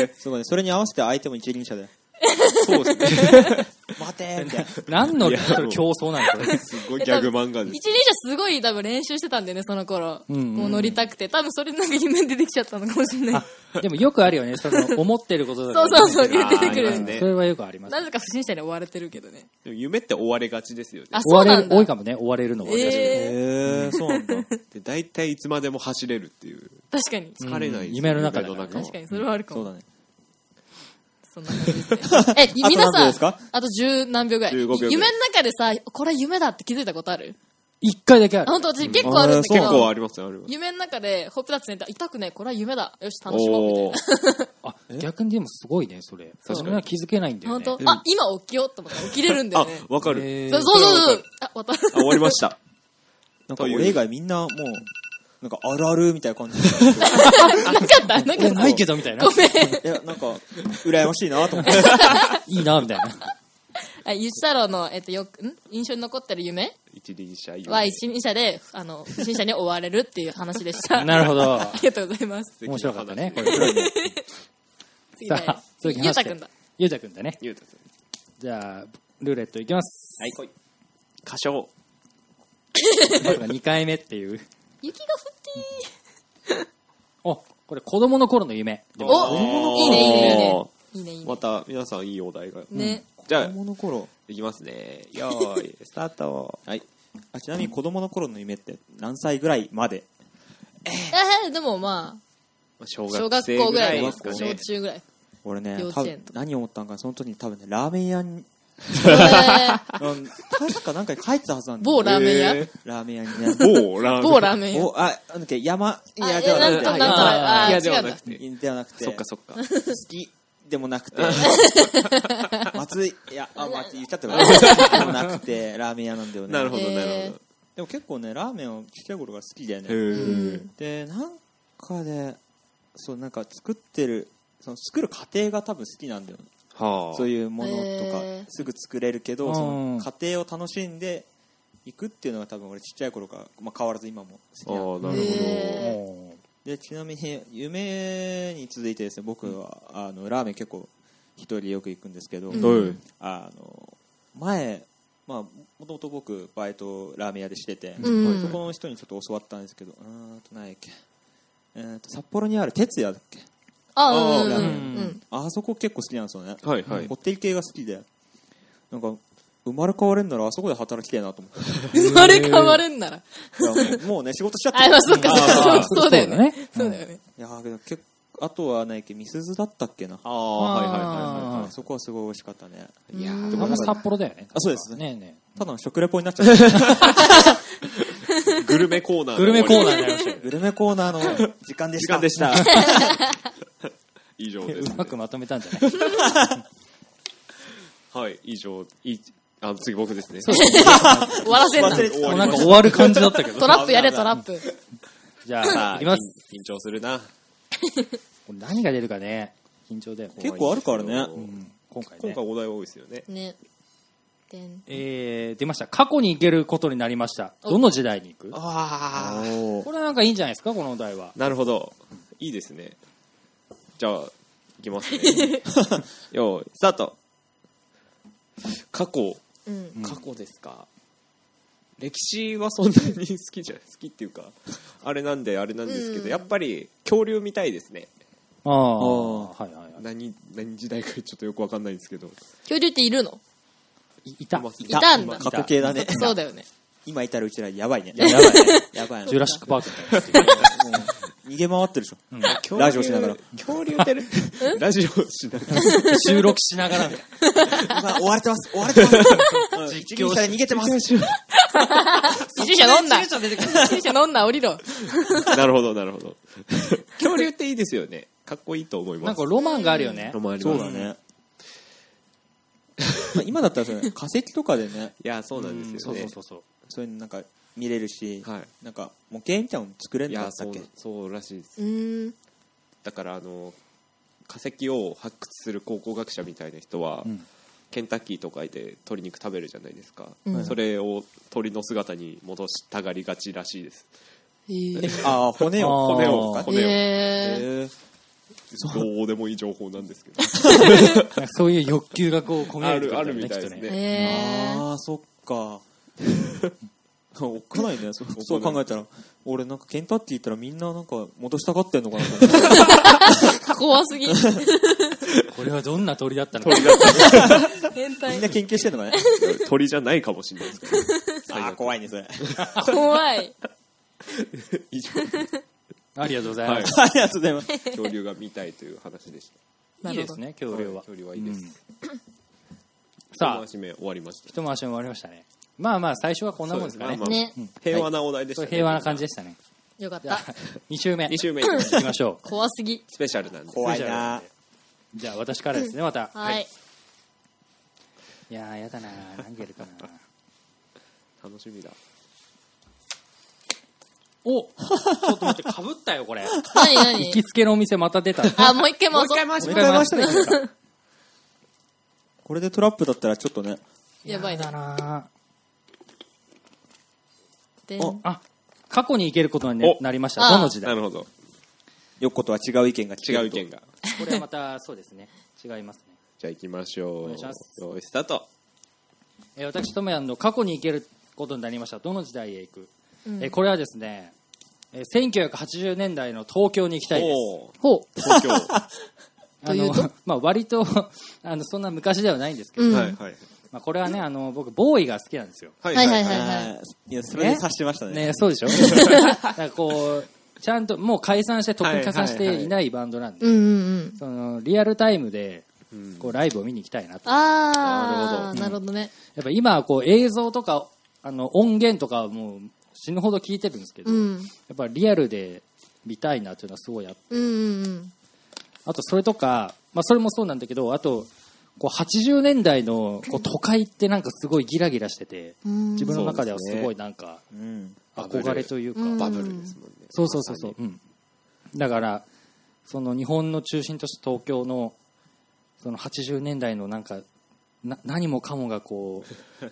[SPEAKER 1] えー
[SPEAKER 4] すごいね。 それに合わせて相手も一輪車で。
[SPEAKER 1] そうですね。
[SPEAKER 4] 待てーみた いな。
[SPEAKER 3] 何の
[SPEAKER 1] いや
[SPEAKER 3] それ競争なの、それ。
[SPEAKER 1] すごいギャグ漫画です。
[SPEAKER 2] 一輪車すごい多分練習してたんだよね、その頃。
[SPEAKER 3] うんうん
[SPEAKER 2] もう乗りたくて。多分それなんか夢に出てきちゃったのかもしれない。
[SPEAKER 3] あ でもよくあるよね、その、思ってることだ
[SPEAKER 2] そうそうそう、
[SPEAKER 1] あー
[SPEAKER 2] 出てく
[SPEAKER 1] あります
[SPEAKER 2] る。
[SPEAKER 1] ね
[SPEAKER 3] それはよくあります。
[SPEAKER 2] なぜか不審者に追われてるけどね。
[SPEAKER 1] でも夢って追われがちですよね。
[SPEAKER 2] あ、
[SPEAKER 3] 追
[SPEAKER 2] そう
[SPEAKER 3] わ
[SPEAKER 2] な
[SPEAKER 3] れ
[SPEAKER 2] ん
[SPEAKER 3] る、
[SPEAKER 2] だ。
[SPEAKER 3] 多いかもね、追われるのは。
[SPEAKER 2] えー、
[SPEAKER 4] へえ、そうなんだ。
[SPEAKER 1] で、大体いつまでも走れるっていう。
[SPEAKER 2] 確かに。
[SPEAKER 1] 疲れないですね、
[SPEAKER 3] うん夢の中だ
[SPEAKER 1] 夢
[SPEAKER 3] からね
[SPEAKER 1] の中は
[SPEAKER 2] 確かに、それはあるか
[SPEAKER 4] そう
[SPEAKER 2] も。
[SPEAKER 4] だね。
[SPEAKER 2] そんな感じですね。え、
[SPEAKER 4] あと
[SPEAKER 2] 皆
[SPEAKER 4] 何秒
[SPEAKER 2] さ
[SPEAKER 4] です
[SPEAKER 2] ん
[SPEAKER 4] か、
[SPEAKER 2] あと十何秒ぐらい。
[SPEAKER 1] 15秒ぐらい
[SPEAKER 2] 夢の中でさ、これ夢だって気づいたことある
[SPEAKER 3] 一回だけあ
[SPEAKER 2] あ
[SPEAKER 3] る
[SPEAKER 2] 本。当私結構あるんだけ
[SPEAKER 1] 結
[SPEAKER 2] ど。
[SPEAKER 1] 構ありますよ、あります。
[SPEAKER 2] 夢の中で、ホップダッツ寝た。痛くね、これは夢だ。よし、楽しもう。みたい
[SPEAKER 1] おー
[SPEAKER 3] あ、逆にでもすごいね、それ。
[SPEAKER 1] 確かに
[SPEAKER 3] それは気づけないんだ
[SPEAKER 2] な。
[SPEAKER 3] よ
[SPEAKER 2] 本
[SPEAKER 3] ね。
[SPEAKER 2] 当あ、今起きようと思ったら起きれるんだよ
[SPEAKER 1] あ
[SPEAKER 2] ね。、
[SPEAKER 1] わか
[SPEAKER 3] へ
[SPEAKER 1] る。
[SPEAKER 3] ー
[SPEAKER 2] そうそうそうそう。あ、また。
[SPEAKER 1] あ、終わりました。
[SPEAKER 4] なんか俺以外みんなもう、なんかあるあるみたいな感 じで。
[SPEAKER 2] なかったなんか
[SPEAKER 3] 俺ないけど、みたいな。
[SPEAKER 2] ごめん。
[SPEAKER 4] いや、なんか、羨ましいなと思って。
[SPEAKER 3] いいな、みたいな。
[SPEAKER 2] あゆち太郎の、えっと、よく、ん印象に残ってる夢
[SPEAKER 1] 一輪車以
[SPEAKER 2] は
[SPEAKER 1] 外。
[SPEAKER 2] 一輪車で、あの、不審者に追われるっていう話でした。
[SPEAKER 3] なるほど。
[SPEAKER 2] ありがとうございます。
[SPEAKER 3] 面白かったね。これ
[SPEAKER 2] 次
[SPEAKER 3] さあ、続き
[SPEAKER 2] ゆ
[SPEAKER 3] ま
[SPEAKER 2] う
[SPEAKER 3] したて
[SPEAKER 2] くんだ。。
[SPEAKER 3] ゆうたくんだね。
[SPEAKER 1] ゆうたさん。
[SPEAKER 3] じゃあ、ルーレットいきます。
[SPEAKER 1] はい。歌唱。
[SPEAKER 3] まさか2回目っていう。
[SPEAKER 2] 雪が降っていい。
[SPEAKER 3] お、これ子供の頃の夢。でも
[SPEAKER 2] おいいね、いいね、いいね。いいね、いいね
[SPEAKER 1] ま。た、皆さんいいお題が。
[SPEAKER 2] ね。
[SPEAKER 1] じゃ
[SPEAKER 4] 子供の頃。
[SPEAKER 1] あ、いきますね。よーい、スタート。
[SPEAKER 4] はい。あ、ちなみに子供の頃の夢って何歳ぐらいまで
[SPEAKER 2] えー、でもま
[SPEAKER 1] 小
[SPEAKER 2] あ、小
[SPEAKER 1] 学
[SPEAKER 2] 学
[SPEAKER 1] 生
[SPEAKER 2] 校
[SPEAKER 1] ぐ
[SPEAKER 2] ぐら
[SPEAKER 1] ら
[SPEAKER 2] い
[SPEAKER 1] いで
[SPEAKER 2] ですす
[SPEAKER 1] か
[SPEAKER 2] か、
[SPEAKER 1] ね。
[SPEAKER 2] 小中ぐらい。
[SPEAKER 4] 俺ね
[SPEAKER 2] 幼、
[SPEAKER 4] 多
[SPEAKER 2] 稚園
[SPEAKER 4] 分何思ったんか、その時に多分ね、ラーメン 屋に、
[SPEAKER 2] えー
[SPEAKER 4] うん、確かなんかに書いてたはずなんだよ
[SPEAKER 2] 某ラーメン
[SPEAKER 1] え
[SPEAKER 2] 屋
[SPEAKER 1] ー
[SPEAKER 4] ラーメン屋にね。
[SPEAKER 1] 某ラ ーメン。
[SPEAKER 2] 某ラーメン屋
[SPEAKER 4] お、あ、なんだっけ、山、いや、
[SPEAKER 2] あ
[SPEAKER 4] ではな
[SPEAKER 2] え
[SPEAKER 4] く
[SPEAKER 2] ー
[SPEAKER 4] て、
[SPEAKER 2] なんとな
[SPEAKER 4] は
[SPEAKER 2] んと
[SPEAKER 3] あ
[SPEAKER 2] あ
[SPEAKER 3] ー
[SPEAKER 2] ー違
[SPEAKER 1] い
[SPEAKER 2] う
[SPEAKER 1] やでは
[SPEAKER 2] ん
[SPEAKER 1] な
[SPEAKER 2] だ
[SPEAKER 1] くて。
[SPEAKER 4] いではなくて、
[SPEAKER 1] そっかそっか。
[SPEAKER 4] 好きでもなく て、熱い、いや、あ、まあ、言っちゃったから、でもなくて、ラーメン屋なんだよね。
[SPEAKER 1] なるほど、
[SPEAKER 2] えー
[SPEAKER 1] なるほど。
[SPEAKER 4] でも結構ね、ラーメンをちっちゃい頃が好きだよね。
[SPEAKER 1] へー
[SPEAKER 4] で、なんかで、そうなんか作ってるその作る過程が多分好きなんだよ、
[SPEAKER 1] は
[SPEAKER 4] そういうものとか、
[SPEAKER 2] へー
[SPEAKER 4] すぐ作れるけ
[SPEAKER 3] う
[SPEAKER 4] ど
[SPEAKER 3] ん
[SPEAKER 4] その過程を楽しんでいくっていうのが多分俺ちっちゃい頃から、まあ、変わらず今も好き
[SPEAKER 1] ああ
[SPEAKER 4] な
[SPEAKER 1] ー
[SPEAKER 4] の
[SPEAKER 1] なるほど、
[SPEAKER 2] へ
[SPEAKER 3] おー
[SPEAKER 4] でちなみに夢に続いてですね僕は、あのラーメン結構一人でよく行くんですけど、
[SPEAKER 2] うん
[SPEAKER 1] おい
[SPEAKER 4] あの前、まあ、もともと僕バイトラーメン屋でしてて、
[SPEAKER 2] うん
[SPEAKER 4] そこの人にちょっと教わったんですけどうーんと何やっけ、えー、と札幌にある鉄屋だっけ
[SPEAKER 2] あ、うんうん
[SPEAKER 4] あー
[SPEAKER 2] うん。
[SPEAKER 4] あそこ結構好きなんですよね、
[SPEAKER 1] はいはい
[SPEAKER 4] ホテル系が好きでなんか生まれ変われんならあそこで働きたいなと思って
[SPEAKER 2] 生まれ変わるんなら。
[SPEAKER 4] い やもうもうね仕事しちゃって
[SPEAKER 2] あ、まあ、そっか、そっか、
[SPEAKER 1] あ
[SPEAKER 2] そ
[SPEAKER 1] ー
[SPEAKER 2] うそうだよね。そうだよね。
[SPEAKER 4] いやーけど結構あとは何やっけみすずだったっけな
[SPEAKER 1] ああはいはいはい
[SPEAKER 3] あ
[SPEAKER 1] は
[SPEAKER 3] ー
[SPEAKER 4] そこはすごい美味しかったね
[SPEAKER 1] いいやー
[SPEAKER 3] あんま札幌だよね。
[SPEAKER 4] あそうです
[SPEAKER 3] ねえね
[SPEAKER 4] ただの食レポになっちゃった
[SPEAKER 1] グルメコーナー
[SPEAKER 3] え。
[SPEAKER 1] の
[SPEAKER 3] グルメコーナーになり ましたよ。
[SPEAKER 4] グルメコーナーの時間で
[SPEAKER 1] 時
[SPEAKER 4] した
[SPEAKER 1] 間でした。以上です、
[SPEAKER 3] うまくまとめたんじゃない
[SPEAKER 1] はい、以上。いあ、次僕ですね。
[SPEAKER 2] 終わらせんな
[SPEAKER 4] 忘。れてた
[SPEAKER 3] もうなんか終わる感じ だったけ
[SPEAKER 2] ト
[SPEAKER 3] ど。
[SPEAKER 2] ラップやれ、トラップ。
[SPEAKER 3] じゃ
[SPEAKER 1] さ
[SPEAKER 3] あ、
[SPEAKER 1] あ、
[SPEAKER 3] いきます。
[SPEAKER 1] 緊緊張するな。
[SPEAKER 3] これ何が出るかね。緊張だよね。
[SPEAKER 4] 結構あるからね
[SPEAKER 1] 怖いですよ
[SPEAKER 3] うん今回
[SPEAKER 1] 今
[SPEAKER 3] ね
[SPEAKER 1] 回。お題多いですよね。
[SPEAKER 2] ね。でん
[SPEAKER 3] えー、出ました。過去に行けることになりました。どの時代に行く
[SPEAKER 1] あ
[SPEAKER 3] これなんかいいんじゃないですか、このお題は。
[SPEAKER 1] あ。なるほど。いいですね。じゃあ、い きますね。よーい、スタート。過去、
[SPEAKER 2] うん。
[SPEAKER 1] 過去ですか。歴史はそんなに好きじゃ、好 きっていうか、あれなんで、あれなんですけど、
[SPEAKER 2] うん
[SPEAKER 1] やっぱり恐竜みたいですね。
[SPEAKER 3] ああ、はいはいは
[SPEAKER 1] 何、何時代かちょっとよくわかんないんですけど。
[SPEAKER 2] 恐竜っているの
[SPEAKER 3] い。いいた。
[SPEAKER 1] ます
[SPEAKER 2] いたんだ
[SPEAKER 4] 今。過去形だ ね
[SPEAKER 2] そうだよね。
[SPEAKER 4] 今いたらうちらやばいね
[SPEAKER 3] やばいね。
[SPEAKER 4] やばい
[SPEAKER 3] ジュ
[SPEAKER 4] ね
[SPEAKER 3] ラシックパークみたいな。
[SPEAKER 4] 逃げ回ってるでしょ
[SPEAKER 1] 恐竜
[SPEAKER 4] ラジオしながら
[SPEAKER 1] 恐竜 ってるラジオしながら
[SPEAKER 3] 収録しながらみたい
[SPEAKER 4] 今追われてます追われてます実況者逃げてます
[SPEAKER 2] 自転車飲んだ。自転車飲んだ、降りろ。
[SPEAKER 1] なるほどなるほど恐竜っていいですよねかっこいいと思い
[SPEAKER 3] な。な
[SPEAKER 1] ま
[SPEAKER 3] ん
[SPEAKER 1] す
[SPEAKER 3] かロマンがあるよね
[SPEAKER 1] ロ。マンあり
[SPEAKER 4] そ
[SPEAKER 1] ま
[SPEAKER 4] う
[SPEAKER 1] す
[SPEAKER 4] だねまあ今だったらそれ化石とかでね
[SPEAKER 1] いやそうな
[SPEAKER 3] うん
[SPEAKER 1] で
[SPEAKER 3] ん
[SPEAKER 1] す
[SPEAKER 3] そう
[SPEAKER 1] よね
[SPEAKER 3] そうそうそう。
[SPEAKER 4] そういうのなんか見れるし、
[SPEAKER 1] は
[SPEAKER 4] なんか模型みたいなのも作れ
[SPEAKER 1] い
[SPEAKER 4] る
[SPEAKER 1] い
[SPEAKER 4] んだ
[SPEAKER 1] や
[SPEAKER 4] った
[SPEAKER 1] そ
[SPEAKER 4] っ
[SPEAKER 1] う
[SPEAKER 4] け
[SPEAKER 1] そうらしいです
[SPEAKER 2] うーん。
[SPEAKER 1] だからあの化石を発掘する考古学者みたいな人は、
[SPEAKER 3] うん
[SPEAKER 1] ケンタッキーとかで鶏肉食べるじゃないですか、
[SPEAKER 2] うん
[SPEAKER 1] それを鳥の姿に戻したがりがちらしいです
[SPEAKER 2] えー
[SPEAKER 4] ああ骨を
[SPEAKER 3] あー
[SPEAKER 1] 骨を
[SPEAKER 3] あ
[SPEAKER 1] 骨を、
[SPEAKER 2] え
[SPEAKER 4] へえ
[SPEAKER 1] どうでもいい情報なんですけ ど
[SPEAKER 3] なんかそういう欲求がこう、込めら
[SPEAKER 1] あ
[SPEAKER 3] れて
[SPEAKER 1] るあるみ
[SPEAKER 3] んだ
[SPEAKER 1] た
[SPEAKER 3] よ
[SPEAKER 1] い
[SPEAKER 3] ね
[SPEAKER 1] で
[SPEAKER 3] きっ
[SPEAKER 1] す
[SPEAKER 3] と
[SPEAKER 1] ね
[SPEAKER 2] ー。えー。
[SPEAKER 4] ああそっか おっかないねそ そう考えたら俺なんかケンタッキー行ったらみんななんか戻したがってんのかなと思って
[SPEAKER 2] 怖すぎ。
[SPEAKER 3] これはどんな鳥だったのか。
[SPEAKER 2] 変
[SPEAKER 4] みん
[SPEAKER 2] 態
[SPEAKER 4] な。研究してんの かね
[SPEAKER 1] 鳥じゃないかもしれないですけ ど
[SPEAKER 4] ああ怖いねそれ
[SPEAKER 2] 怖い。
[SPEAKER 1] 以上です
[SPEAKER 3] ありがとうござい
[SPEAKER 1] は
[SPEAKER 3] ま
[SPEAKER 1] い
[SPEAKER 3] す。
[SPEAKER 4] ありがとうございます
[SPEAKER 1] 恐竜が見たいという話でした
[SPEAKER 2] はい
[SPEAKER 3] いいですね、恐竜は。
[SPEAKER 1] 恐竜はいいです、
[SPEAKER 3] うん
[SPEAKER 1] さ
[SPEAKER 3] さ
[SPEAKER 1] あ
[SPEAKER 3] あ、
[SPEAKER 1] 締め終わりました
[SPEAKER 3] 一回しも終わりましたね。まあまあ、最初はこんなもんですかね。
[SPEAKER 1] そうです
[SPEAKER 2] ね。
[SPEAKER 1] 平和なお題でし
[SPEAKER 3] そ
[SPEAKER 1] た、
[SPEAKER 3] う
[SPEAKER 1] ね
[SPEAKER 3] 平和な感じでしたね。
[SPEAKER 2] よかっ
[SPEAKER 3] じゃあ
[SPEAKER 2] た。、
[SPEAKER 3] 2週目。
[SPEAKER 1] 2
[SPEAKER 3] 行
[SPEAKER 1] 週目いきましょう
[SPEAKER 3] きましょう。
[SPEAKER 2] 怖すぎ。
[SPEAKER 1] スペシャルなんです
[SPEAKER 4] 怖い な
[SPEAKER 3] じゃあ、私からですね、また。
[SPEAKER 2] はい。
[SPEAKER 3] いやー、やだなー何やるかな
[SPEAKER 1] 楽しみだ
[SPEAKER 3] おちょっと待って、かぶったよ、これ。
[SPEAKER 2] なにな
[SPEAKER 3] 行
[SPEAKER 2] に
[SPEAKER 3] きつけのお店また出た。
[SPEAKER 2] あ、もう一回回そう。
[SPEAKER 1] 回
[SPEAKER 4] もう一回回したらいい
[SPEAKER 3] もう一回回
[SPEAKER 4] です
[SPEAKER 3] し
[SPEAKER 4] か これでトラップだったらちょっとね
[SPEAKER 2] やばい
[SPEAKER 3] だ
[SPEAKER 2] な。
[SPEAKER 3] な
[SPEAKER 2] でん
[SPEAKER 4] お
[SPEAKER 3] ーあ、過去に行けることにね
[SPEAKER 1] お
[SPEAKER 3] なりまし
[SPEAKER 2] あ
[SPEAKER 3] た。
[SPEAKER 2] ー
[SPEAKER 3] どの時代
[SPEAKER 1] なるほど
[SPEAKER 4] よっことは違う意見が
[SPEAKER 1] 違う意見が
[SPEAKER 3] これはまた、そうですね。違いますね。
[SPEAKER 1] じゃあ行きましょうお
[SPEAKER 3] 願いします
[SPEAKER 1] よーいスタート
[SPEAKER 3] えー私、トメヤンの過去に行けることになりました。どの時代へ行く、えーこれはですね、えー1980年代の東京に行きたいです。
[SPEAKER 1] おー
[SPEAKER 2] ほう。
[SPEAKER 1] 東京は
[SPEAKER 3] あ
[SPEAKER 2] という
[SPEAKER 3] の
[SPEAKER 2] と、
[SPEAKER 3] まあ、割と、あの、そんな昔ではないんですけど、
[SPEAKER 2] うん。はい
[SPEAKER 1] はい
[SPEAKER 3] まあ、これはね、あの、僕、ボーイが好きなんですよ。
[SPEAKER 1] はい
[SPEAKER 2] はいはい
[SPEAKER 1] い
[SPEAKER 2] はい。
[SPEAKER 4] あーいやそれで察しましたね
[SPEAKER 3] ね、そう でしょだからこう、ちゃんと、もう解散して、とっくに解散し
[SPEAKER 1] はい
[SPEAKER 3] て
[SPEAKER 1] はいはい
[SPEAKER 3] いないバンドなんで、
[SPEAKER 2] うんうんうん。
[SPEAKER 3] その、リアルタイムで、
[SPEAKER 1] うん
[SPEAKER 3] こう、ライブを見に行きたいなと。
[SPEAKER 2] あー、なるほどね。
[SPEAKER 3] やっぱ今はこう、映像とか、あの、音源とかはもう、死ぬほど聞いてるんですけど、
[SPEAKER 2] う
[SPEAKER 3] や
[SPEAKER 2] ん。
[SPEAKER 3] っぱリアルで見たいなというのはすごいあって
[SPEAKER 2] うんうんうん。
[SPEAKER 3] あとそれとか、まあ、それもそうなんだけどあとこう80年代のこう都会ってなんかすごいギラギラしてて
[SPEAKER 2] うん
[SPEAKER 3] 自分の中ではすごいなんか
[SPEAKER 4] うん
[SPEAKER 3] 憧れというか
[SPEAKER 2] うん
[SPEAKER 1] バブルですもんね
[SPEAKER 3] そうそうそうそう、うん、だからその日本の中心として東京のその80年代のなんかな何もかもがこう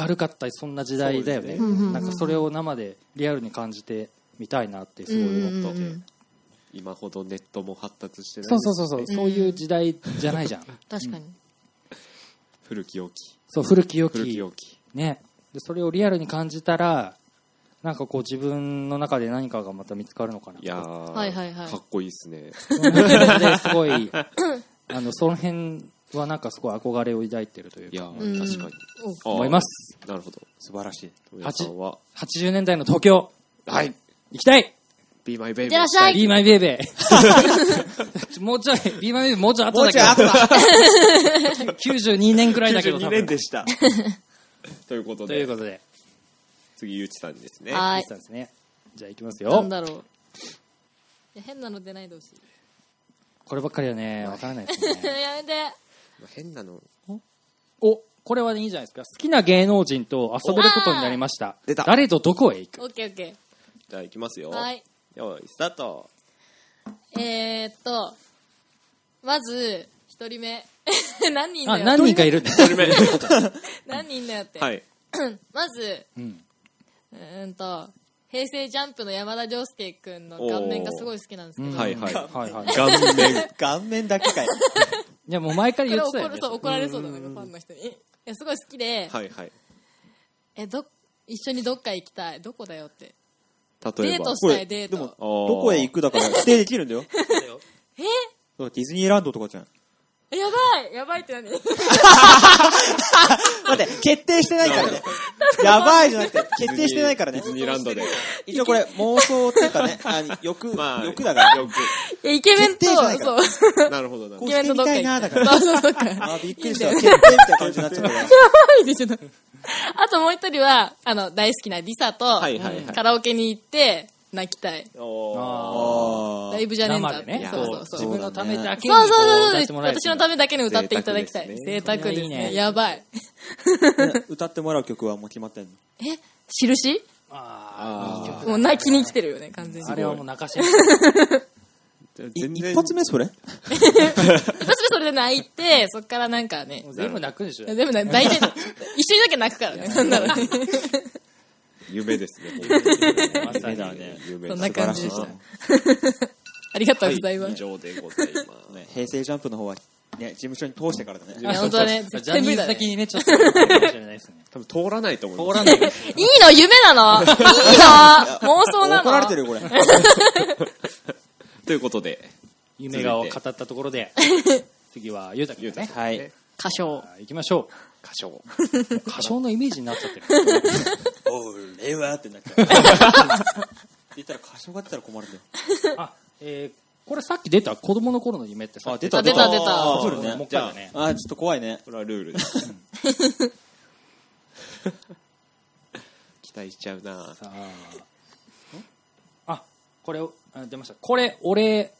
[SPEAKER 3] 明るかったそんな時代だよね
[SPEAKER 1] そう
[SPEAKER 2] ですね
[SPEAKER 3] なんかそれを生でリアルに感じてみたいなってすごい思った、
[SPEAKER 2] うんうんうん
[SPEAKER 1] 今ほどネットも発達してない
[SPEAKER 3] そうそうそうそう、そういう時代じゃないじゃん
[SPEAKER 2] 確かに。
[SPEAKER 1] 古き良き
[SPEAKER 3] そう古き良
[SPEAKER 1] 古き
[SPEAKER 3] き
[SPEAKER 1] 良き
[SPEAKER 3] ねでそれをリアルに感じたらなんかこう自分の中で何かがまた見つかるのかない
[SPEAKER 1] やー、
[SPEAKER 2] はいはいはい
[SPEAKER 1] かっこいいですね
[SPEAKER 3] ですご いあのその辺はなんかすごい憧れを抱いてるという
[SPEAKER 1] い
[SPEAKER 3] か
[SPEAKER 1] や
[SPEAKER 2] う
[SPEAKER 1] ー
[SPEAKER 2] ん
[SPEAKER 1] 確かに
[SPEAKER 2] お
[SPEAKER 1] あー
[SPEAKER 3] 思います
[SPEAKER 1] なるほど
[SPEAKER 4] 素晴らしい
[SPEAKER 1] 富谷さんは
[SPEAKER 3] 80年代の東京
[SPEAKER 1] はい
[SPEAKER 3] 行きたい
[SPEAKER 1] Be my baby
[SPEAKER 2] いってらっしゃい
[SPEAKER 3] Be my baby もうちょい Be my baby もうちょい後だけど92年 くらいだけど多
[SPEAKER 4] 92年
[SPEAKER 3] 分
[SPEAKER 4] でした
[SPEAKER 1] ということ
[SPEAKER 3] とい
[SPEAKER 1] で
[SPEAKER 3] うことで
[SPEAKER 1] 次ゆうちさんですね
[SPEAKER 2] は
[SPEAKER 3] ミ
[SPEAKER 2] い
[SPEAKER 3] ス。ターですねじゃあ行きます
[SPEAKER 2] な
[SPEAKER 3] よ
[SPEAKER 2] んだろう。いや変なの出ないでほしい。
[SPEAKER 3] こればっかりはねわからないですね
[SPEAKER 2] やめて。
[SPEAKER 1] まあ変なの
[SPEAKER 3] おこれはねいいじゃないですか好きな芸能人と遊べることになりま した
[SPEAKER 1] 出た
[SPEAKER 3] 誰とどこへ行く
[SPEAKER 2] オッケーオッケ
[SPEAKER 1] じゃあいきますよ
[SPEAKER 2] ー。はい。
[SPEAKER 1] よーいスタート
[SPEAKER 2] えー、っと、まず、一人目。 何人
[SPEAKER 3] あ
[SPEAKER 2] だよ。
[SPEAKER 3] 何人かいるんだ
[SPEAKER 1] 1人目
[SPEAKER 2] 何人だよって。
[SPEAKER 1] はい
[SPEAKER 2] まず、
[SPEAKER 3] うん
[SPEAKER 2] うーんと、平成ジャンプの山田涼介くんの顔面がすごい好きなんですけど、
[SPEAKER 3] おー
[SPEAKER 2] こ
[SPEAKER 1] はいはい
[SPEAKER 3] はいはい
[SPEAKER 1] 顔面
[SPEAKER 4] 顔面だけかよ
[SPEAKER 3] いやもう前から
[SPEAKER 2] れ
[SPEAKER 3] 言って
[SPEAKER 2] 怒
[SPEAKER 3] たよ
[SPEAKER 2] る
[SPEAKER 3] ね
[SPEAKER 2] そう怒られそうだなんかファンの人に。えいや、すごい好きで、
[SPEAKER 1] はいはい
[SPEAKER 2] え、ど、一緒にどっか行きたい。どこだよって。
[SPEAKER 1] 例
[SPEAKER 2] デ
[SPEAKER 1] え
[SPEAKER 2] ー
[SPEAKER 1] ば
[SPEAKER 2] トしたい、デー
[SPEAKER 4] でも
[SPEAKER 2] ト。
[SPEAKER 4] どこへ行くだから指定できる んだよえディズニーランドとかじゃん
[SPEAKER 2] えやばいやばいって何
[SPEAKER 4] 待って決定してないからねやばいじゃなくて決定してないからね
[SPEAKER 1] ディズニーランドで
[SPEAKER 4] 一応これ妄想っていうかねあの欲
[SPEAKER 1] まあ
[SPEAKER 4] 欲だから
[SPEAKER 1] よく
[SPEAKER 2] えイケメンと、
[SPEAKER 4] 決定じゃないか
[SPEAKER 2] そう。
[SPEAKER 1] なるほどなる
[SPEAKER 2] イ
[SPEAKER 1] ほ
[SPEAKER 2] ケメンとどっか
[SPEAKER 4] こうしてみたいな
[SPEAKER 2] 行きたい。 そうそうそう。
[SPEAKER 4] だからあびっくりした決定みたいな感じになっちゃったから
[SPEAKER 2] いいでしょ。あともう一人は、あの、大好きなリサと、
[SPEAKER 1] いはいはい
[SPEAKER 2] カラオケに行って、泣きたい。
[SPEAKER 1] どおー
[SPEAKER 4] あ
[SPEAKER 2] ライブじゃねえんだ
[SPEAKER 3] 生でね
[SPEAKER 2] そうそうそう。
[SPEAKER 3] 自分のためだけに
[SPEAKER 2] そうそう
[SPEAKER 3] 歌
[SPEAKER 2] そう
[SPEAKER 3] って
[SPEAKER 2] そう。
[SPEAKER 3] もらえる
[SPEAKER 2] 私のためだけに歌っていただきたい。贅
[SPEAKER 1] 贅
[SPEAKER 2] 沢
[SPEAKER 3] 沢
[SPEAKER 2] ですね。
[SPEAKER 3] ですねいいね
[SPEAKER 2] やばい。
[SPEAKER 4] ー歌ってもらう曲はもう決まってんの
[SPEAKER 2] え印
[SPEAKER 3] あー
[SPEAKER 2] もう泣きに来てるよね、完全に。
[SPEAKER 3] あ
[SPEAKER 2] 一
[SPEAKER 3] れはもう泣かしてる
[SPEAKER 4] い
[SPEAKER 1] 全然
[SPEAKER 4] 一発目それ
[SPEAKER 2] 発目それで泣いて、そっからなんかね
[SPEAKER 3] もう。全部泣くでしょ
[SPEAKER 2] 全部泣い大体、一緒にだけ泣くからね。なんだろうね。
[SPEAKER 1] 夢ですね本当に
[SPEAKER 3] まさに
[SPEAKER 1] 夢
[SPEAKER 2] そん
[SPEAKER 1] だ
[SPEAKER 2] な感じでし
[SPEAKER 4] 素晴
[SPEAKER 2] た
[SPEAKER 4] らし。
[SPEAKER 2] ありがとうござ
[SPEAKER 1] はい
[SPEAKER 2] ま
[SPEAKER 1] い以
[SPEAKER 2] す。
[SPEAKER 1] 上でございます
[SPEAKER 4] ね平成ジャンプの方はね事務所に通してからだ
[SPEAKER 2] いや、
[SPEAKER 4] ね
[SPEAKER 2] 本当だね。
[SPEAKER 3] ジ
[SPEAKER 2] 絶
[SPEAKER 3] ャ
[SPEAKER 2] 対
[SPEAKER 3] ニ
[SPEAKER 2] 無理
[SPEAKER 3] ーズ
[SPEAKER 2] だね。
[SPEAKER 3] 的にねちょっと あるかもしれないですね
[SPEAKER 1] 多分通らないと思い
[SPEAKER 3] 通
[SPEAKER 1] ます
[SPEAKER 3] らない
[SPEAKER 2] いいの夢なのいいの妄想なの
[SPEAKER 4] 怒られてるよこれ
[SPEAKER 1] ということで
[SPEAKER 3] 夢がを語ったところ で次はゆうたくん
[SPEAKER 1] ゆう
[SPEAKER 3] ね
[SPEAKER 1] た
[SPEAKER 3] は
[SPEAKER 4] はい
[SPEAKER 2] 歌唱。
[SPEAKER 3] い行きましょ
[SPEAKER 1] 歌唱
[SPEAKER 3] う歌唱のイメージになっちゃってる
[SPEAKER 4] 俺はってなっちゃう言ったら歌唱が出たら困るんだよ
[SPEAKER 3] あえーこれさっき出た子供の頃の夢ってさ
[SPEAKER 4] あ出
[SPEAKER 2] あ
[SPEAKER 4] た
[SPEAKER 2] 出た出た
[SPEAKER 4] あーそうだよ
[SPEAKER 3] もう
[SPEAKER 4] ね
[SPEAKER 3] 一回だね
[SPEAKER 4] あーちょっと怖いね
[SPEAKER 1] これはルールです期待しちゃうな
[SPEAKER 3] さああこれをあ出ましたこれ俺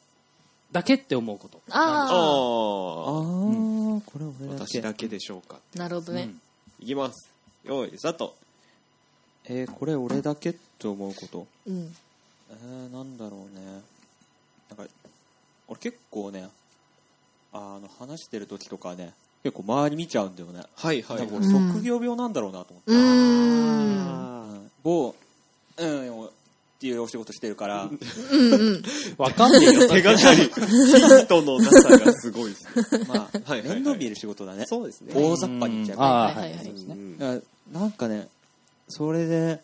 [SPEAKER 3] だけって思うこと
[SPEAKER 2] あ
[SPEAKER 1] あ
[SPEAKER 4] あ
[SPEAKER 1] あ
[SPEAKER 4] あこれ俺だ
[SPEAKER 1] 私
[SPEAKER 4] け
[SPEAKER 1] だけでしょうか
[SPEAKER 2] あ。なるほどね。
[SPEAKER 1] いきますよいスタート
[SPEAKER 4] えーこれ俺だけって思うこと
[SPEAKER 2] うん。
[SPEAKER 4] えー、なんだろうねなんか俺結構ねあの話してる時とかね結構周り見ちゃうんだよね
[SPEAKER 1] はいは
[SPEAKER 4] 多
[SPEAKER 1] い
[SPEAKER 4] 分俺
[SPEAKER 2] うん
[SPEAKER 4] 職業病なんだろうなと思って、
[SPEAKER 2] うーん。
[SPEAKER 4] うん、某うんっていうお仕事してる から
[SPEAKER 3] わかんね えよ
[SPEAKER 1] 手がかりヒントのなさがすごいですね
[SPEAKER 4] まあ
[SPEAKER 1] はいはいはい
[SPEAKER 4] 面倒見る仕事だね
[SPEAKER 1] そうですね
[SPEAKER 4] 大雑把に言っちゃう
[SPEAKER 3] うんあ
[SPEAKER 4] か
[SPEAKER 3] ー
[SPEAKER 2] はいはいはい。
[SPEAKER 1] うんうん
[SPEAKER 4] らだからなんかねそれで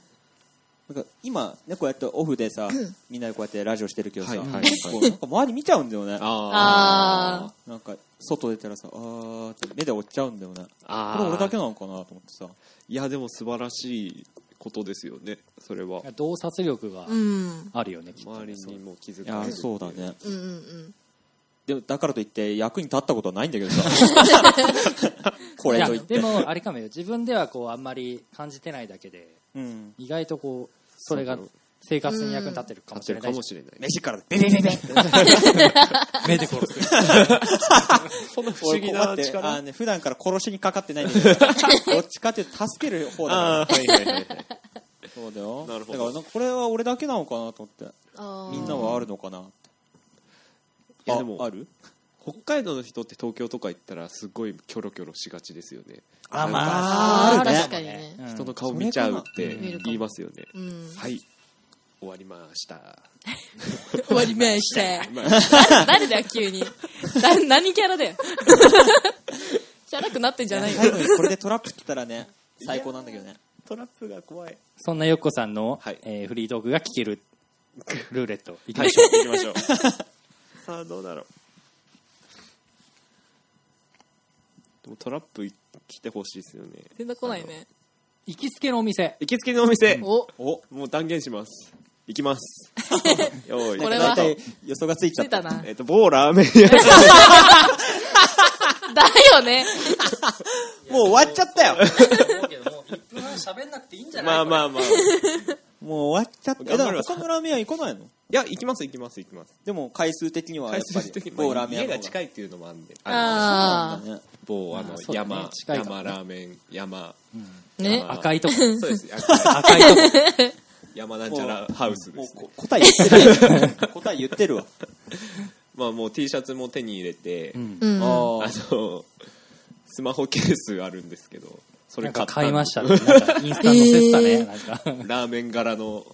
[SPEAKER 4] なんか今ねこうやってオフでさみんなでこうやってラジオしてるけどさ、
[SPEAKER 1] はいはいはい
[SPEAKER 4] 結構なんか周り見ちゃうんだよね
[SPEAKER 1] あ
[SPEAKER 2] あ
[SPEAKER 4] なんか外出たらさあーって目で追っちゃうんだよね
[SPEAKER 1] ーあ
[SPEAKER 4] これ俺だけなのかなと思ってさ
[SPEAKER 1] いやでも素晴らしいことですよねそれは
[SPEAKER 3] 洞察力が
[SPEAKER 2] ー。うん。
[SPEAKER 3] あるよねきっと
[SPEAKER 1] 周りにも気づ
[SPEAKER 4] い
[SPEAKER 1] か
[SPEAKER 4] や
[SPEAKER 1] れる
[SPEAKER 4] そうだね
[SPEAKER 2] うんうんうん。
[SPEAKER 4] でもだからといって役に立ったことはないんだけどさこ
[SPEAKER 3] い
[SPEAKER 4] れ
[SPEAKER 3] や
[SPEAKER 4] といって
[SPEAKER 3] でもあれかもよ自分ではこうあんまり感じてないだけで
[SPEAKER 4] うん
[SPEAKER 3] 意外とこうそれが生活に役に立ってるかも
[SPEAKER 1] 立
[SPEAKER 3] して
[SPEAKER 1] っ
[SPEAKER 3] れな
[SPEAKER 1] るか
[SPEAKER 3] い
[SPEAKER 1] も
[SPEAKER 3] し
[SPEAKER 1] しれない
[SPEAKER 4] 飯からベベベベ
[SPEAKER 3] 目で殺す
[SPEAKER 1] そんな不思
[SPEAKER 4] 俺
[SPEAKER 1] 議
[SPEAKER 4] こうや
[SPEAKER 1] な
[SPEAKER 4] ってあ
[SPEAKER 1] 力
[SPEAKER 4] ーね普段から殺しにかかってないんだけどどっちかっていうと助ける方だか
[SPEAKER 1] あ ーはいはいはいはい
[SPEAKER 4] らそうだよ
[SPEAKER 1] なるほ
[SPEAKER 4] だ
[SPEAKER 1] ど
[SPEAKER 4] からなんかこれは俺だけなのかなと思って
[SPEAKER 2] あー
[SPEAKER 4] みんなはあるのかなって
[SPEAKER 1] や
[SPEAKER 4] あ
[SPEAKER 1] でも
[SPEAKER 4] ある
[SPEAKER 1] 北海道の人って東京とか行ったらすごいキョロキョロしがちですよね
[SPEAKER 3] あ
[SPEAKER 1] ま
[SPEAKER 4] ああるね
[SPEAKER 2] 確かにね。
[SPEAKER 3] うん
[SPEAKER 1] 人の顔見ちゃうって
[SPEAKER 2] 見るかも
[SPEAKER 1] 言いますよね、
[SPEAKER 2] うん。
[SPEAKER 1] はい終わりました
[SPEAKER 2] 終わりました。
[SPEAKER 1] まあ
[SPEAKER 2] 誰だよ、急に。だ何キャラだよ。チャラくなってんじゃないよ。
[SPEAKER 4] 最後にこれでトラップ来たらね最高なんだけどね
[SPEAKER 1] トラップが怖い
[SPEAKER 3] そんなよっこさんの、
[SPEAKER 1] はい
[SPEAKER 3] えーフリートークが聞けるルーレットいき
[SPEAKER 1] は
[SPEAKER 3] ま
[SPEAKER 1] い
[SPEAKER 3] しょう、
[SPEAKER 1] 行きましょう さあどうだろうでもトラップ来てほしいですよね
[SPEAKER 2] 全然来ないね。
[SPEAKER 3] 行きつけのお店
[SPEAKER 1] 行きつけのお店
[SPEAKER 2] お、
[SPEAKER 1] おもう断言します行きますよーい
[SPEAKER 2] これは
[SPEAKER 1] え
[SPEAKER 4] 大体予想がついちゃ
[SPEAKER 2] つい
[SPEAKER 4] った
[SPEAKER 2] たな。
[SPEAKER 1] っと某ラーメン屋さん
[SPEAKER 2] だよね。
[SPEAKER 4] もう終わっちゃった よ
[SPEAKER 3] 1分半喋んなくていいんじゃ
[SPEAKER 1] まあまあまあい
[SPEAKER 4] もう終わっちゃったえ
[SPEAKER 1] 頑
[SPEAKER 4] だ
[SPEAKER 1] 張
[SPEAKER 4] から
[SPEAKER 1] るわ
[SPEAKER 4] 他のラーメン屋行かないの
[SPEAKER 1] や行きます行きます行きます
[SPEAKER 4] でも回数的にはやっ
[SPEAKER 1] 最
[SPEAKER 4] ぱ
[SPEAKER 1] 終的
[SPEAKER 4] り
[SPEAKER 1] に
[SPEAKER 4] 某ラーメン
[SPEAKER 1] 家
[SPEAKER 4] 屋
[SPEAKER 1] が近
[SPEAKER 4] い
[SPEAKER 1] いっていうのもあるんであ
[SPEAKER 4] あ
[SPEAKER 2] あ
[SPEAKER 4] だね
[SPEAKER 1] の某あの
[SPEAKER 3] あそうだね
[SPEAKER 1] 山
[SPEAKER 3] 近いかもね
[SPEAKER 1] 山ラーメン 山
[SPEAKER 2] あ。ね。
[SPEAKER 3] 赤いとこ
[SPEAKER 1] そうです
[SPEAKER 3] 赤いとこ
[SPEAKER 1] 山なんちゃらハウスで
[SPEAKER 4] もう
[SPEAKER 1] すね
[SPEAKER 4] こ答え言ってる よ答え言ってるわ
[SPEAKER 1] まあもう T シャツも手に入れて
[SPEAKER 3] うん
[SPEAKER 2] うん。
[SPEAKER 1] あのスマホケースあるんですけどそ
[SPEAKER 3] な
[SPEAKER 1] れ
[SPEAKER 3] んか
[SPEAKER 1] 買った
[SPEAKER 3] 買いましたね。なんかインスタ載せてたね。
[SPEAKER 2] えー
[SPEAKER 3] なんか。
[SPEAKER 1] ラーメン柄の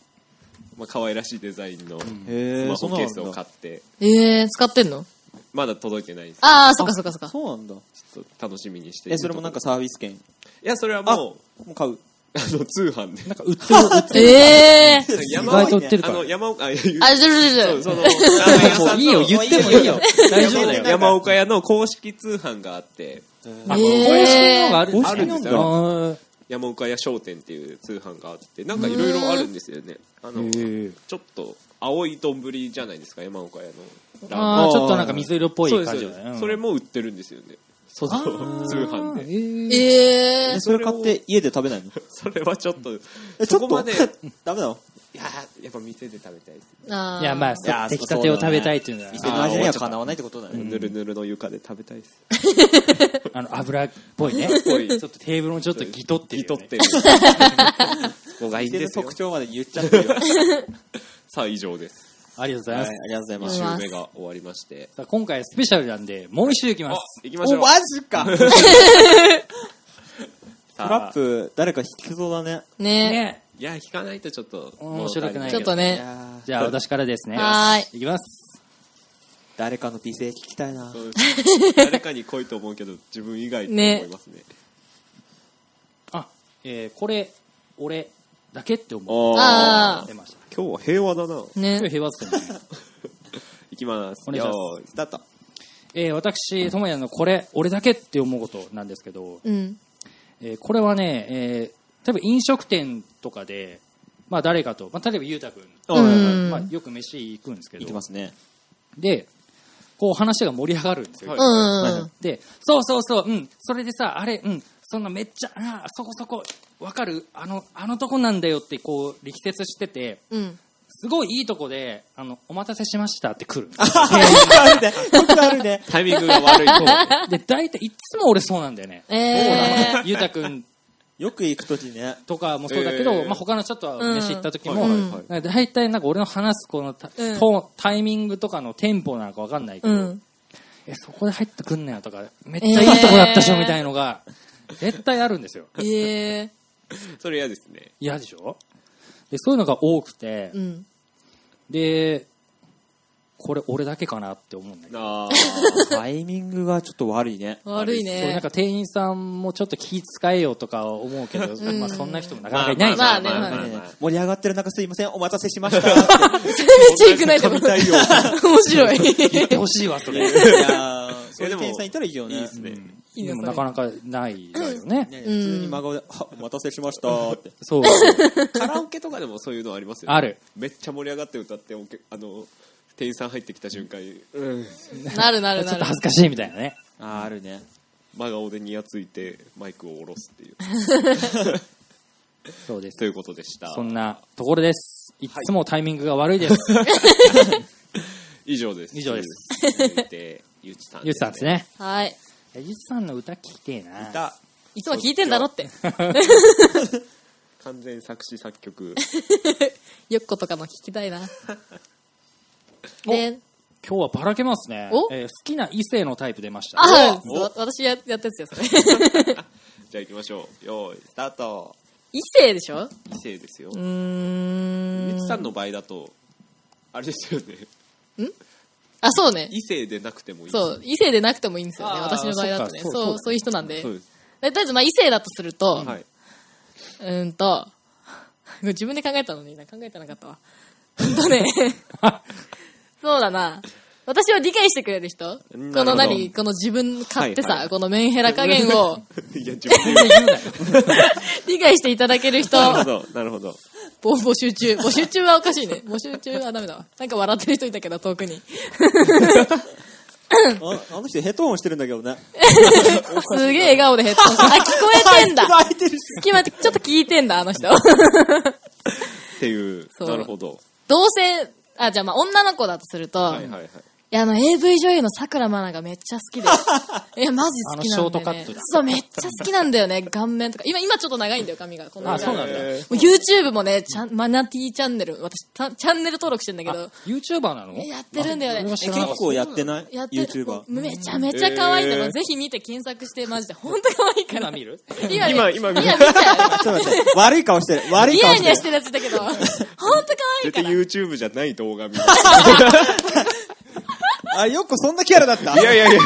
[SPEAKER 1] まあ可愛らしいデザインのス
[SPEAKER 4] へ
[SPEAKER 1] マ
[SPEAKER 4] え
[SPEAKER 1] ホケースを買って
[SPEAKER 2] えー、使ってんの
[SPEAKER 1] まだ届いてないんです
[SPEAKER 2] ああ、そっかそっかそっか。
[SPEAKER 4] そうなんだ
[SPEAKER 1] ちょっと楽しみにしてい
[SPEAKER 4] え
[SPEAKER 1] る
[SPEAKER 4] それもなんかサービス券
[SPEAKER 1] いやそれはもう
[SPEAKER 4] もう買う
[SPEAKER 1] あの通販で
[SPEAKER 3] なんか売ってる、売って
[SPEAKER 2] ええー。
[SPEAKER 4] 意
[SPEAKER 1] 山
[SPEAKER 3] 外と売ってる
[SPEAKER 1] あの山岡あいや言う
[SPEAKER 2] あ、ちょち
[SPEAKER 1] そ
[SPEAKER 2] ょ
[SPEAKER 1] う
[SPEAKER 2] ち
[SPEAKER 1] そ
[SPEAKER 2] ょ
[SPEAKER 1] のラーメン屋さんの
[SPEAKER 3] いいよ言ってもいいよ大丈夫だよ
[SPEAKER 1] 山岡屋の公式通販があって
[SPEAKER 3] あ、
[SPEAKER 2] え
[SPEAKER 3] 公
[SPEAKER 2] ー
[SPEAKER 3] 式のがある。
[SPEAKER 4] 公
[SPEAKER 1] 式なんだ
[SPEAKER 3] あー
[SPEAKER 1] 山岡屋商店っていう通販があってなんかいろいろあるんですよねあの
[SPEAKER 3] へー
[SPEAKER 1] ちょっと青い丼じゃないですか山岡屋のラーメン
[SPEAKER 3] あー、ちょっとなんか水色っぽい
[SPEAKER 1] そうです
[SPEAKER 3] 感
[SPEAKER 1] そ
[SPEAKER 3] じ
[SPEAKER 1] う
[SPEAKER 3] だ
[SPEAKER 1] で
[SPEAKER 3] ね。
[SPEAKER 1] すそれも売ってるんですよねその通販で
[SPEAKER 3] で。
[SPEAKER 2] ええ
[SPEAKER 4] え
[SPEAKER 2] ー。
[SPEAKER 4] それ買って家で食べないの
[SPEAKER 1] それはちょっと
[SPEAKER 4] えち
[SPEAKER 1] そ
[SPEAKER 4] ょ
[SPEAKER 1] こ
[SPEAKER 4] っと
[SPEAKER 1] までい
[SPEAKER 4] ダメなの
[SPEAKER 1] やーやっぱ店で食べたいです
[SPEAKER 2] あー
[SPEAKER 3] いや、まあ、そ
[SPEAKER 4] いや
[SPEAKER 3] う出来たてを食べたいっていうのは、
[SPEAKER 4] 店の味にはかなわないってことだね
[SPEAKER 1] ぬるぬるの床で食べたいです
[SPEAKER 3] あの、油っぽいね。
[SPEAKER 1] ぽい
[SPEAKER 3] ちょっとテーブルもちょっとギトってる
[SPEAKER 1] ぎと
[SPEAKER 3] よ
[SPEAKER 1] っ
[SPEAKER 3] ね。
[SPEAKER 1] てるそこがいいん
[SPEAKER 4] 店
[SPEAKER 1] で
[SPEAKER 4] の
[SPEAKER 1] すよ
[SPEAKER 4] 特徴まで言っちゃってるよはい
[SPEAKER 1] さあ以上です
[SPEAKER 3] ありがとうござ
[SPEAKER 4] あ
[SPEAKER 3] いま
[SPEAKER 4] り
[SPEAKER 3] す。
[SPEAKER 4] がとうございま
[SPEAKER 1] 2
[SPEAKER 4] す
[SPEAKER 1] 週
[SPEAKER 2] うわ
[SPEAKER 1] 目が終わりまして
[SPEAKER 3] さあ、今回スペシャルなんで、もう一周いきます。
[SPEAKER 1] 行きましょう
[SPEAKER 4] おマジ かト
[SPEAKER 1] さあ
[SPEAKER 4] ラップ誰か引きそうだね
[SPEAKER 2] ね
[SPEAKER 3] ね
[SPEAKER 1] いや引かないとちょっと
[SPEAKER 3] 面白くない
[SPEAKER 2] ちょっと
[SPEAKER 4] い
[SPEAKER 2] ね。
[SPEAKER 4] やー
[SPEAKER 3] じゃあ、私からですね。
[SPEAKER 2] はー
[SPEAKER 3] いきます。
[SPEAKER 4] 誰かの美声聞きたいな
[SPEAKER 1] そうです誰かに来いと思うけど自分以外と思
[SPEAKER 2] ね
[SPEAKER 1] いますね
[SPEAKER 3] あ、えー、これ、俺だけって思う。
[SPEAKER 2] あ
[SPEAKER 3] 出ました。
[SPEAKER 1] 今日は平和だな
[SPEAKER 2] ー。
[SPEAKER 3] 今日
[SPEAKER 2] ね。
[SPEAKER 3] 平和っすよね。
[SPEAKER 1] いきます
[SPEAKER 3] お願いします
[SPEAKER 1] よースタート
[SPEAKER 3] えー私、ともやのこれ、俺だけって思うことなんですけど、
[SPEAKER 2] うん。
[SPEAKER 3] えーこれはね、えー多分飲食店とかで、まあ誰かと、まあ例えばゆうたくん、
[SPEAKER 2] うん
[SPEAKER 3] まあよく飯行くんですけ
[SPEAKER 4] 行
[SPEAKER 3] ど
[SPEAKER 4] き、ますね
[SPEAKER 3] で、こう話が盛り上がるんですよ。
[SPEAKER 1] はいう
[SPEAKER 4] は
[SPEAKER 2] ん。
[SPEAKER 3] で、そうそうそう、うん、それでさ、あれ、うん、そんなめっちゃ、あーそこそこ、わかるあの、あのとこなんだよってこう力説してて、
[SPEAKER 2] うん。
[SPEAKER 3] すごいいいとこで、あの、お待たせしましたっ て来る。
[SPEAKER 4] あるね本当あるね
[SPEAKER 1] タイミングが悪いと
[SPEAKER 3] で、大体いつも俺そうなんだよね。
[SPEAKER 2] えー。
[SPEAKER 3] ゆうたくん
[SPEAKER 4] よく行く時ね
[SPEAKER 3] とかもそうだけど、
[SPEAKER 1] えー
[SPEAKER 3] まあ、他のちょっと飯行った時も、
[SPEAKER 1] うん
[SPEAKER 3] なんか大体なんか俺の話すこのた、
[SPEAKER 2] うん
[SPEAKER 3] トーンタイミングとかのテンポなんかわかんないけ
[SPEAKER 2] う
[SPEAKER 3] ど、
[SPEAKER 2] ん。
[SPEAKER 3] えそこで入ってくんなよとかめっちゃいいとこだったでしょ
[SPEAKER 2] えー
[SPEAKER 3] みたいのが絶対あるんですよ
[SPEAKER 2] えー。
[SPEAKER 1] それ嫌ですね
[SPEAKER 3] 嫌でしょでそういうのが多くて、
[SPEAKER 2] うん。
[SPEAKER 3] でこれ俺だけかなって思うんだけど
[SPEAKER 1] あ
[SPEAKER 4] タイミングがちょっと悪いね
[SPEAKER 2] 悪い
[SPEAKER 3] そうな ん
[SPEAKER 2] ね。
[SPEAKER 3] か店員さんもちょっと気使えよとか思うけど、
[SPEAKER 2] ん
[SPEAKER 3] まあそんな人もなかなかいないじゃん、
[SPEAKER 2] まあねまあ
[SPEAKER 4] ね
[SPEAKER 1] まあ
[SPEAKER 4] 盛り上がってる中すいませんお待たせしま したって
[SPEAKER 2] めっちゃ良くないと思う
[SPEAKER 1] 神。対応
[SPEAKER 2] 面白 い。
[SPEAKER 3] 言ってほしいわそ れ
[SPEAKER 4] いやーそういう店員さんいたらいいよね
[SPEAKER 1] いいですね
[SPEAKER 2] いいね
[SPEAKER 3] でも
[SPEAKER 2] それ
[SPEAKER 3] なかなかないだよね
[SPEAKER 4] ね普通に真顔で「 あお待たせしました」って
[SPEAKER 3] そう
[SPEAKER 1] カラオケとかでもそういうのありますよね
[SPEAKER 3] ある
[SPEAKER 1] めっちゃ盛り上がって歌っておけあの店員さん入ってきた瞬間に、うん、
[SPEAKER 2] なるなる
[SPEAKER 3] ち
[SPEAKER 2] な
[SPEAKER 3] ょっと
[SPEAKER 2] る
[SPEAKER 3] 恥。ずかしいみたいなね
[SPEAKER 4] あーあるね
[SPEAKER 1] 真顔でにやついてマイクを下ろす っていう
[SPEAKER 3] そうです
[SPEAKER 1] ということでした
[SPEAKER 3] そんなところです。いつもタイミングが悪いです。
[SPEAKER 1] 以上です
[SPEAKER 3] 以上です
[SPEAKER 1] 続いてゆうちさん
[SPEAKER 3] ゆうちさんですね。
[SPEAKER 2] はい。
[SPEAKER 3] ゆうちさんの歌聞きてえな。
[SPEAKER 4] だ
[SPEAKER 2] いつも聞いてんだろって。
[SPEAKER 1] 完全作詞作曲
[SPEAKER 2] よっことかも聞きたいな。で、
[SPEAKER 3] 今日はばらけますね
[SPEAKER 2] お、
[SPEAKER 3] えー好きな異性のタイプ出ました
[SPEAKER 2] あ
[SPEAKER 1] お
[SPEAKER 2] わ私ややったやつよ、それ。
[SPEAKER 1] じゃあ行きましょう よーいスタート
[SPEAKER 2] 異性でしょ
[SPEAKER 1] 異性ですよ
[SPEAKER 2] うー
[SPEAKER 1] み
[SPEAKER 2] ん
[SPEAKER 1] つ。さんの場合だとあれですよね
[SPEAKER 2] あ、そうね。
[SPEAKER 1] 異性でなくてもいい
[SPEAKER 2] そう、異性でなくてもいいんですよね。
[SPEAKER 3] あー
[SPEAKER 2] 私の場合だとね。そうう
[SPEAKER 3] そかそう
[SPEAKER 2] そ
[SPEAKER 3] そう
[SPEAKER 2] う、
[SPEAKER 3] だ
[SPEAKER 2] いう人なんで。
[SPEAKER 1] そう
[SPEAKER 2] と
[SPEAKER 1] です
[SPEAKER 2] りあえず、まあ、異性だとすると、
[SPEAKER 1] はいう
[SPEAKER 2] ーんと、 自分で考えたのにな、考えてなかったわ。ほん とね。そうだな。私を理解してくれる人こ
[SPEAKER 1] るほど
[SPEAKER 2] の何この自分買ってさ、
[SPEAKER 1] はいはい
[SPEAKER 2] このメンヘラ加減 を
[SPEAKER 1] いや自分で言う
[SPEAKER 2] 理解していただける人、
[SPEAKER 1] なるほど なるほど
[SPEAKER 2] ぼ募集中。募集中はおかしいね。募集中はダメだわ。なんか笑ってる人いたけど、遠くに。
[SPEAKER 4] ああの人ヘッドホンしてるんだけどね。
[SPEAKER 2] すげえ笑顔でヘッドホンして。あ、聞こえ てんだ
[SPEAKER 4] 開いてるし。
[SPEAKER 2] 隙間、ちょっと聞いてんだ、あの人。
[SPEAKER 1] っていう
[SPEAKER 2] そう
[SPEAKER 1] なるほど
[SPEAKER 2] どうせ、あ、じゃあまあ女の子だとすると、
[SPEAKER 1] はい
[SPEAKER 2] い
[SPEAKER 1] はいはい
[SPEAKER 2] や、あの AV 女優の桜まながめっちゃ好き で。いや、マジ好きなんだよ、ね。
[SPEAKER 3] あのショートカットだ
[SPEAKER 2] そう、めっちゃ好きなんだよね、顔面とか。今、今ちょっと長いんだよ、髪が。この
[SPEAKER 3] あそうなんだ
[SPEAKER 1] え
[SPEAKER 2] もう YouTube もね、ちゃんマナティーチャンネル、私、たチャンネル登録してんだけど
[SPEAKER 3] あ、YouTuber なの
[SPEAKER 2] やってるんだよね
[SPEAKER 3] あ俺は知ら
[SPEAKER 4] 結
[SPEAKER 3] なかった
[SPEAKER 4] 構やってない
[SPEAKER 2] やってる
[SPEAKER 4] ?YouTuber。
[SPEAKER 2] めちゃめちゃ可愛いから、
[SPEAKER 1] えー
[SPEAKER 2] ぜひ見て検索して、マジで。ほんと可愛いから。
[SPEAKER 3] 今見る
[SPEAKER 2] 今ね、
[SPEAKER 1] 今今
[SPEAKER 2] 見
[SPEAKER 1] 見る
[SPEAKER 2] ちゃう。
[SPEAKER 4] ちょっと待って、 悪い顔してる。悪い
[SPEAKER 2] ニ
[SPEAKER 4] 顔
[SPEAKER 2] ヤニ
[SPEAKER 4] して
[SPEAKER 2] ヤ
[SPEAKER 4] る
[SPEAKER 2] し。てるやつだ けど、ほんと可愛い
[SPEAKER 1] 絶
[SPEAKER 2] か
[SPEAKER 1] 対
[SPEAKER 2] ら。
[SPEAKER 1] YouTube じゃない動画見る
[SPEAKER 4] あ、よくそんなキャラだった
[SPEAKER 1] いやいやいや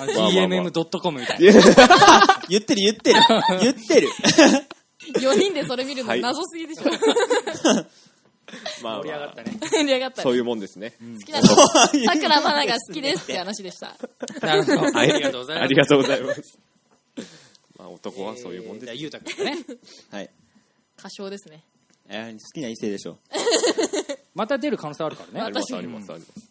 [SPEAKER 3] あ
[SPEAKER 1] まあまあ
[SPEAKER 3] DMM.com みたいな
[SPEAKER 4] 言ってる言っ てる。言ってる。
[SPEAKER 2] 4人でそれ見るの謎すぎでしょ。
[SPEAKER 1] まあ
[SPEAKER 3] 盛り上が
[SPEAKER 1] ま
[SPEAKER 3] っ
[SPEAKER 1] あ
[SPEAKER 3] たね
[SPEAKER 2] 盛り上がったね。
[SPEAKER 1] そういうもんですね
[SPEAKER 2] 好きなの。さくらまなが好きですって話でした。
[SPEAKER 3] なるほどありがとうございます
[SPEAKER 1] ありがとうございます まあ男はそういうもんで
[SPEAKER 3] えーじゃ
[SPEAKER 1] す
[SPEAKER 3] あゆうたくんね
[SPEAKER 4] はい。
[SPEAKER 2] 歌唱ですね。
[SPEAKER 4] えー好きな異性でしょ。
[SPEAKER 3] また出る可能性あるからね
[SPEAKER 1] あります
[SPEAKER 2] 私
[SPEAKER 1] ありますあります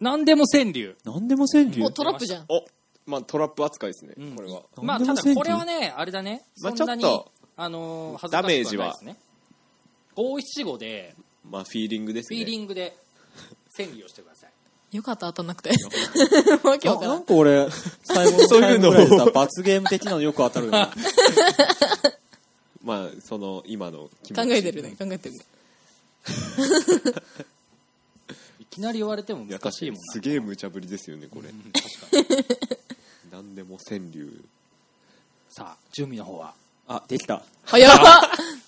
[SPEAKER 3] 何でも川柳
[SPEAKER 4] なんでも川柳
[SPEAKER 2] もうトラップじゃん。
[SPEAKER 1] おまあトラップ扱いですねこれは
[SPEAKER 3] まあ
[SPEAKER 4] 何で
[SPEAKER 3] た
[SPEAKER 4] も川柳
[SPEAKER 3] だこれはねあれだね
[SPEAKER 1] ま
[SPEAKER 3] そ
[SPEAKER 1] あ
[SPEAKER 3] んなに
[SPEAKER 1] ちょっと
[SPEAKER 3] あのー恥ず
[SPEAKER 1] ダ
[SPEAKER 3] か
[SPEAKER 1] メー
[SPEAKER 3] し
[SPEAKER 1] ジ
[SPEAKER 3] くはな
[SPEAKER 1] はい
[SPEAKER 3] ですね五七五で
[SPEAKER 1] まあフィーリングです
[SPEAKER 3] フ
[SPEAKER 1] ね
[SPEAKER 3] ィーリングで川柳をしてください
[SPEAKER 2] よかった、当たんなくて。わけわか
[SPEAKER 4] な
[SPEAKER 2] ら
[SPEAKER 4] ん
[SPEAKER 2] ん。
[SPEAKER 4] か俺、最後の
[SPEAKER 1] そう
[SPEAKER 4] 最
[SPEAKER 1] いう
[SPEAKER 4] 後
[SPEAKER 1] の
[SPEAKER 4] ぐらいでさ、罰ゲーム的なのよく当たるよね。
[SPEAKER 1] まあその今の気
[SPEAKER 2] 考
[SPEAKER 1] 持ち
[SPEAKER 2] えてるね、考えてるね。
[SPEAKER 3] いきなり言われても
[SPEAKER 1] いや
[SPEAKER 3] 難
[SPEAKER 1] 確
[SPEAKER 3] し
[SPEAKER 1] か
[SPEAKER 3] いも
[SPEAKER 1] に
[SPEAKER 3] ん
[SPEAKER 1] すげえ無茶ぶりですよねこれ 何でも川柳
[SPEAKER 3] さあ準備の方は
[SPEAKER 4] あ、でき た。
[SPEAKER 2] 早っ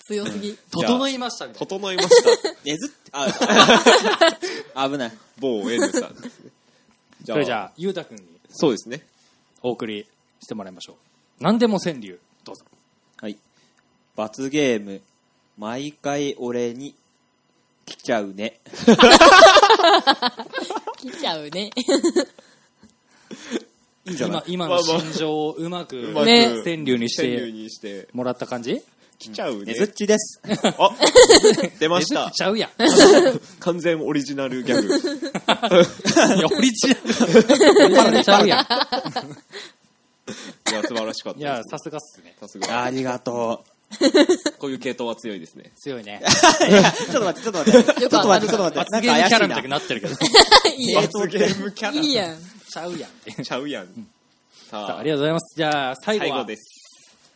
[SPEAKER 2] 強すぎ。
[SPEAKER 3] 整いましたみたい
[SPEAKER 1] 整いま した
[SPEAKER 4] えずっ、あ、 危ない。
[SPEAKER 1] 某 N さんですね
[SPEAKER 3] なそれじゃあゆうたくんに
[SPEAKER 1] そうですね
[SPEAKER 3] お送りしてもらいましょう何でも川柳どうぞ
[SPEAKER 4] はい。罰ゲーム、毎回俺に来ちゃうね。
[SPEAKER 2] 来ちゃう ね。
[SPEAKER 4] いいんじゃない
[SPEAKER 3] 今今の心情をうまく
[SPEAKER 1] まあ
[SPEAKER 2] ね
[SPEAKER 1] まず
[SPEAKER 3] 川柳にし
[SPEAKER 1] 川柳
[SPEAKER 3] て
[SPEAKER 1] にして
[SPEAKER 3] もらった感じ
[SPEAKER 1] 来ちゃう
[SPEAKER 4] ね
[SPEAKER 1] ね
[SPEAKER 4] ずっちです。
[SPEAKER 1] あ出まし
[SPEAKER 3] えず
[SPEAKER 1] た
[SPEAKER 3] っちゃうやん
[SPEAKER 1] 完全オリジナ ルギャグ
[SPEAKER 3] いやオリジナル。ちゃうやん。
[SPEAKER 1] いや素晴らしかった
[SPEAKER 3] い
[SPEAKER 1] で
[SPEAKER 3] や、
[SPEAKER 1] す
[SPEAKER 3] さすがっすね。
[SPEAKER 1] さすが
[SPEAKER 4] ありがと
[SPEAKER 1] こういう系統は強いですね
[SPEAKER 3] 強いね。
[SPEAKER 4] う。ちょっと待って、ちょ
[SPEAKER 2] よく
[SPEAKER 4] っと待って。ちょっと
[SPEAKER 2] 当た
[SPEAKER 4] 待っ
[SPEAKER 2] る
[SPEAKER 4] て、ちょっ
[SPEAKER 2] か
[SPEAKER 4] と待って。な
[SPEAKER 3] 罰
[SPEAKER 4] ん
[SPEAKER 3] ゲ
[SPEAKER 4] か
[SPEAKER 3] ームキ
[SPEAKER 4] 怪した
[SPEAKER 3] ャラみ
[SPEAKER 4] いな。
[SPEAKER 3] くなってるけど。
[SPEAKER 2] ら。いいやん。
[SPEAKER 1] 罰ゲームキャラ
[SPEAKER 2] いいやん。
[SPEAKER 3] ちゃうやんって。
[SPEAKER 1] ちゃうやん
[SPEAKER 3] さあ、
[SPEAKER 1] さ
[SPEAKER 3] あ
[SPEAKER 1] あ
[SPEAKER 3] りがとうございます。じゃあ、最後
[SPEAKER 1] 最後
[SPEAKER 3] は
[SPEAKER 1] で、す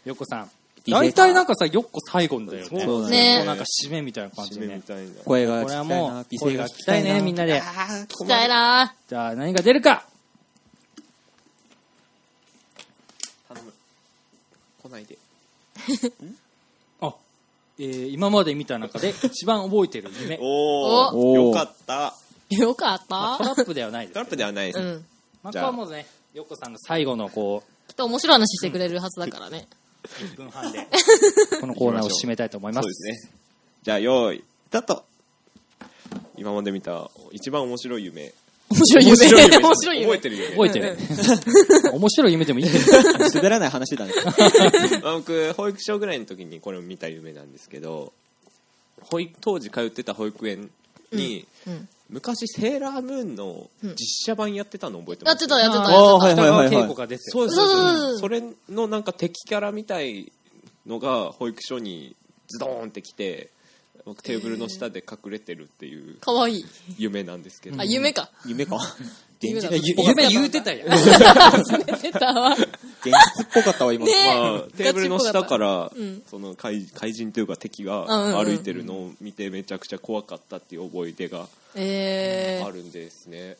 [SPEAKER 3] よっこさん。
[SPEAKER 4] いね
[SPEAKER 3] 大体なんかさ、よっこ最後んだよね。
[SPEAKER 4] そうだ
[SPEAKER 2] ね
[SPEAKER 3] もうなんか締めみたいな感じ
[SPEAKER 1] 締
[SPEAKER 3] で
[SPEAKER 1] めみ
[SPEAKER 3] ね。
[SPEAKER 1] たいな
[SPEAKER 4] 声が
[SPEAKER 3] こ
[SPEAKER 4] 聞き
[SPEAKER 3] れ
[SPEAKER 4] た
[SPEAKER 3] はい
[SPEAKER 4] な
[SPEAKER 3] もう、
[SPEAKER 4] 美声
[SPEAKER 3] 声
[SPEAKER 4] が
[SPEAKER 3] が
[SPEAKER 4] 聞
[SPEAKER 3] 聞
[SPEAKER 4] き
[SPEAKER 3] き
[SPEAKER 4] た
[SPEAKER 3] た
[SPEAKER 4] い
[SPEAKER 3] い
[SPEAKER 4] ね、
[SPEAKER 3] ね、
[SPEAKER 4] み
[SPEAKER 3] み
[SPEAKER 4] ん
[SPEAKER 3] ん
[SPEAKER 4] な。
[SPEAKER 3] なで。
[SPEAKER 2] 来たいな
[SPEAKER 3] じゃあ、何が出るか
[SPEAKER 1] 頼む来ないで
[SPEAKER 3] あ、えー今まで見た中で一番覚えてる夢。
[SPEAKER 1] おー
[SPEAKER 4] お
[SPEAKER 1] よかった
[SPEAKER 2] よかっ
[SPEAKER 3] まあト
[SPEAKER 2] た
[SPEAKER 3] ラップでは ないです
[SPEAKER 1] トラップではないです
[SPEAKER 2] う
[SPEAKER 1] ね
[SPEAKER 2] ん。
[SPEAKER 3] まあ、これはもうね、よっこさんの最後のこ
[SPEAKER 2] きっと面白い話してくれるはずだからね。
[SPEAKER 3] う、1分半で、 このコーナーを締めたいと思いま
[SPEAKER 1] そう
[SPEAKER 3] す
[SPEAKER 1] で。すねじゃあ用意スタート今まで見た一番面白 い夢
[SPEAKER 2] 面白い夢。面白
[SPEAKER 1] 面白
[SPEAKER 2] い
[SPEAKER 1] い
[SPEAKER 2] 夢
[SPEAKER 1] 覚え。てる夢
[SPEAKER 3] 覚えてる。面白い夢でもいいけど。
[SPEAKER 4] 滑らない話だね。
[SPEAKER 1] まあ僕保育所ぐらいの時にこれを見た夢なんですけど保育当時通ってた保育園に、
[SPEAKER 2] うん
[SPEAKER 1] 昔セーラームーンの実写版やってたの覚えて
[SPEAKER 2] や
[SPEAKER 1] ま
[SPEAKER 2] っ
[SPEAKER 1] す、
[SPEAKER 2] てた、やってた。
[SPEAKER 4] あー はい
[SPEAKER 2] やって
[SPEAKER 3] 北川景子が出てる。
[SPEAKER 1] そうですそうです
[SPEAKER 2] そうそうそうそう
[SPEAKER 1] それのなんか敵キャラみたいのが保育所にズドーンって来て僕テーブルの下で隠れてるっていう
[SPEAKER 2] たかわいい。
[SPEAKER 1] 夢なんですけど、
[SPEAKER 2] あ、夢か。
[SPEAKER 4] 夢か。現実
[SPEAKER 3] いやゆ夢言うてたやん。
[SPEAKER 2] 忘れてたわ。
[SPEAKER 4] 現実っぽかったわ、今の。
[SPEAKER 2] ね え
[SPEAKER 1] まあ、テーブルの下から、
[SPEAKER 2] うん
[SPEAKER 1] その怪怪人というか敵
[SPEAKER 2] うんうん
[SPEAKER 1] が
[SPEAKER 2] うん
[SPEAKER 1] 歩いてるのを見てめちゃくちゃ怖かったっていう思い出が
[SPEAKER 2] え
[SPEAKER 1] あ
[SPEAKER 2] ー、
[SPEAKER 1] るんですね、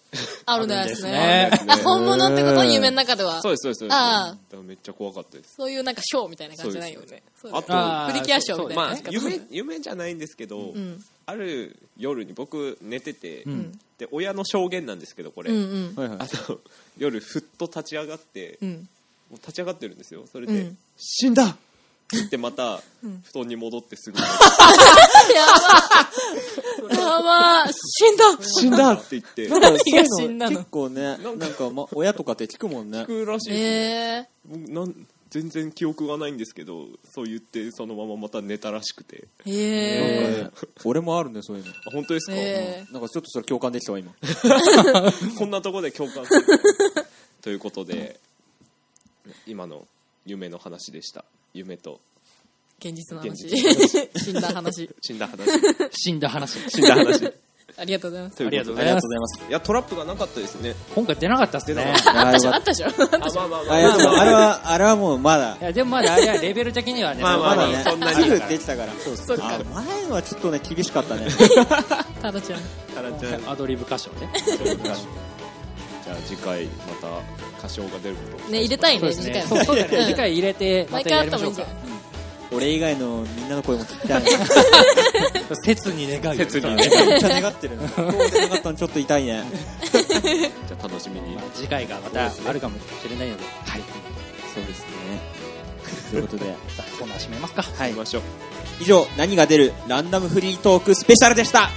[SPEAKER 2] あるんです
[SPEAKER 1] あ
[SPEAKER 2] ね。
[SPEAKER 1] るんですね
[SPEAKER 2] あ、 本物ってこと夢の中では。
[SPEAKER 1] そうですそうですそうです
[SPEAKER 2] ああ
[SPEAKER 1] だからめっちゃ怖かったです
[SPEAKER 2] そういうなんかショーみたいな感じじゃないよね。そうだよね
[SPEAKER 3] あー
[SPEAKER 2] プリキュアショーみたいな。
[SPEAKER 1] まあ
[SPEAKER 2] なんか
[SPEAKER 1] 夢夢じゃないんですけど、
[SPEAKER 2] ん
[SPEAKER 1] ある夜に僕寝てて、
[SPEAKER 3] ん
[SPEAKER 1] で親の証言なんですけどこれ、
[SPEAKER 2] うんうん。
[SPEAKER 4] はいはい
[SPEAKER 1] あの夜ふっと立ち上がって、
[SPEAKER 2] うん。
[SPEAKER 1] もう立ち上がってるんですよそれで「
[SPEAKER 2] うん
[SPEAKER 1] 死んだ!」って言ってまた布団に戻ってすぐ寝て
[SPEAKER 2] やばー、死んだ
[SPEAKER 1] 死んだって 言って
[SPEAKER 4] なんか
[SPEAKER 2] 何が死んだの
[SPEAKER 4] 結構ね、なんか、ま、親とかって聞くもんね。
[SPEAKER 1] 聞くらしいです
[SPEAKER 2] え
[SPEAKER 1] ね僕なん全然記憶がないんですけどそう言ってそのまままた寝たらしくて
[SPEAKER 2] ー、え
[SPEAKER 4] なんかね俺もあるね、そういうの。
[SPEAKER 1] あ本当ですか、
[SPEAKER 2] え
[SPEAKER 4] なんかちょっとそれ共感できたわ、今。
[SPEAKER 1] こんなとこで共感するということで今の夢の話でした夢と
[SPEAKER 2] ー、現実の
[SPEAKER 1] 現
[SPEAKER 2] 話。
[SPEAKER 1] 実
[SPEAKER 2] 死んだ話。
[SPEAKER 1] 死ん だ話
[SPEAKER 3] 死んだ話。
[SPEAKER 1] 死んだ話
[SPEAKER 2] ありがとうございます。
[SPEAKER 1] とい
[SPEAKER 3] あ
[SPEAKER 1] うことで
[SPEAKER 3] りがとうご
[SPEAKER 4] あ
[SPEAKER 3] ざ
[SPEAKER 4] りが
[SPEAKER 3] いま
[SPEAKER 4] とうご
[SPEAKER 3] す。
[SPEAKER 4] ざいます。
[SPEAKER 1] いやトラップがなかったですね
[SPEAKER 3] 今回出なかったっすね。
[SPEAKER 4] あーよ
[SPEAKER 2] あ
[SPEAKER 4] か
[SPEAKER 2] っ
[SPEAKER 4] った
[SPEAKER 2] でしょ
[SPEAKER 1] あまあまあ
[SPEAKER 4] た
[SPEAKER 1] ま
[SPEAKER 4] あ
[SPEAKER 1] あ
[SPEAKER 4] いやでもあれは、あれはもうまだ
[SPEAKER 3] い。や、でもまだあれはレベル的にはね、
[SPEAKER 1] まあま
[SPEAKER 4] まだ
[SPEAKER 1] あまあそんな
[SPEAKER 4] ね、
[SPEAKER 1] に
[SPEAKER 4] すぐできたから。そう
[SPEAKER 2] そっか
[SPEAKER 4] あ前のはちょっとね、厳しかったね。
[SPEAKER 2] タロちゃん。
[SPEAKER 1] タラちゃん
[SPEAKER 3] アドリブ歌唱ね。
[SPEAKER 1] じゃあ次回また歌唱が出ることを
[SPEAKER 2] ね、入れたい
[SPEAKER 3] そう
[SPEAKER 2] ね、
[SPEAKER 3] です
[SPEAKER 2] 次回
[SPEAKER 3] ね。
[SPEAKER 2] も
[SPEAKER 3] そうそうだね
[SPEAKER 2] うん
[SPEAKER 3] 次回入れて、ま
[SPEAKER 2] 毎
[SPEAKER 3] た
[SPEAKER 2] 回あ
[SPEAKER 3] や
[SPEAKER 2] っ
[SPEAKER 3] り
[SPEAKER 2] た
[SPEAKER 3] ま
[SPEAKER 2] も
[SPEAKER 3] し
[SPEAKER 2] いいじ
[SPEAKER 3] ょうん
[SPEAKER 2] ゃ
[SPEAKER 3] か
[SPEAKER 2] な。い
[SPEAKER 4] 俺以外のみんなの声も聞きたいね。
[SPEAKER 3] 切に願うよ。
[SPEAKER 1] 切に
[SPEAKER 4] め
[SPEAKER 1] ね
[SPEAKER 4] っちゃ願ってるね。そうでなかったのちょっと痛いね。
[SPEAKER 1] じゃあ楽しみに
[SPEAKER 3] まあ次回がまたあるかもしれないので、はい。
[SPEAKER 4] そうですね。ということで、
[SPEAKER 3] さあ、コーナー閉めますか。
[SPEAKER 4] は
[SPEAKER 1] 行
[SPEAKER 4] い
[SPEAKER 1] き。ましょう
[SPEAKER 4] 以上、何が出るランダムフリートークスペシャルでした。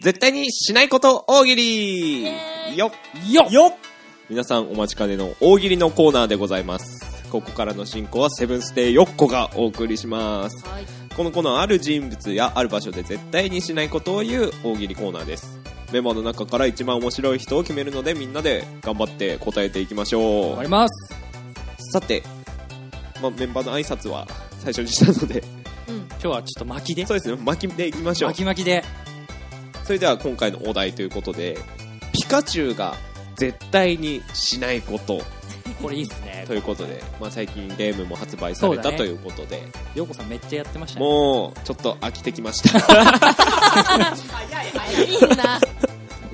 [SPEAKER 1] 絶対にしないこと大喜利よ
[SPEAKER 3] よっ
[SPEAKER 4] よっ
[SPEAKER 1] 皆さんお待ちかねの大喜利のコーナーでございますここからの進行はセブンステイヨッコがお送りします
[SPEAKER 2] はい。
[SPEAKER 1] このコーナーはある人物やある場所で絶対にしないことを言う大喜利コーナーですメンバーの中から一番面白い人を決めるのでみんなで頑張って答えていきましょ
[SPEAKER 3] 終わ
[SPEAKER 1] う
[SPEAKER 3] ります。
[SPEAKER 1] さて、まあ、メンバーの挨拶は最初にしたので
[SPEAKER 2] うん。
[SPEAKER 3] 今日はちょっと巻きで。
[SPEAKER 1] そうですね巻きでいきましょう
[SPEAKER 3] 巻き巻きで。
[SPEAKER 1] それでは今回のお題ということでピカチュウが絶対にしないこと
[SPEAKER 3] これいいっすね
[SPEAKER 1] と。いうことで、まあ、最近ゲームも発売さ
[SPEAKER 3] そ
[SPEAKER 1] れ
[SPEAKER 3] うだ
[SPEAKER 1] た
[SPEAKER 3] ね
[SPEAKER 1] ということで、
[SPEAKER 3] ようこさんめっちゃやってましたね。
[SPEAKER 1] もうちょっと飽きてきま した。
[SPEAKER 2] いいな。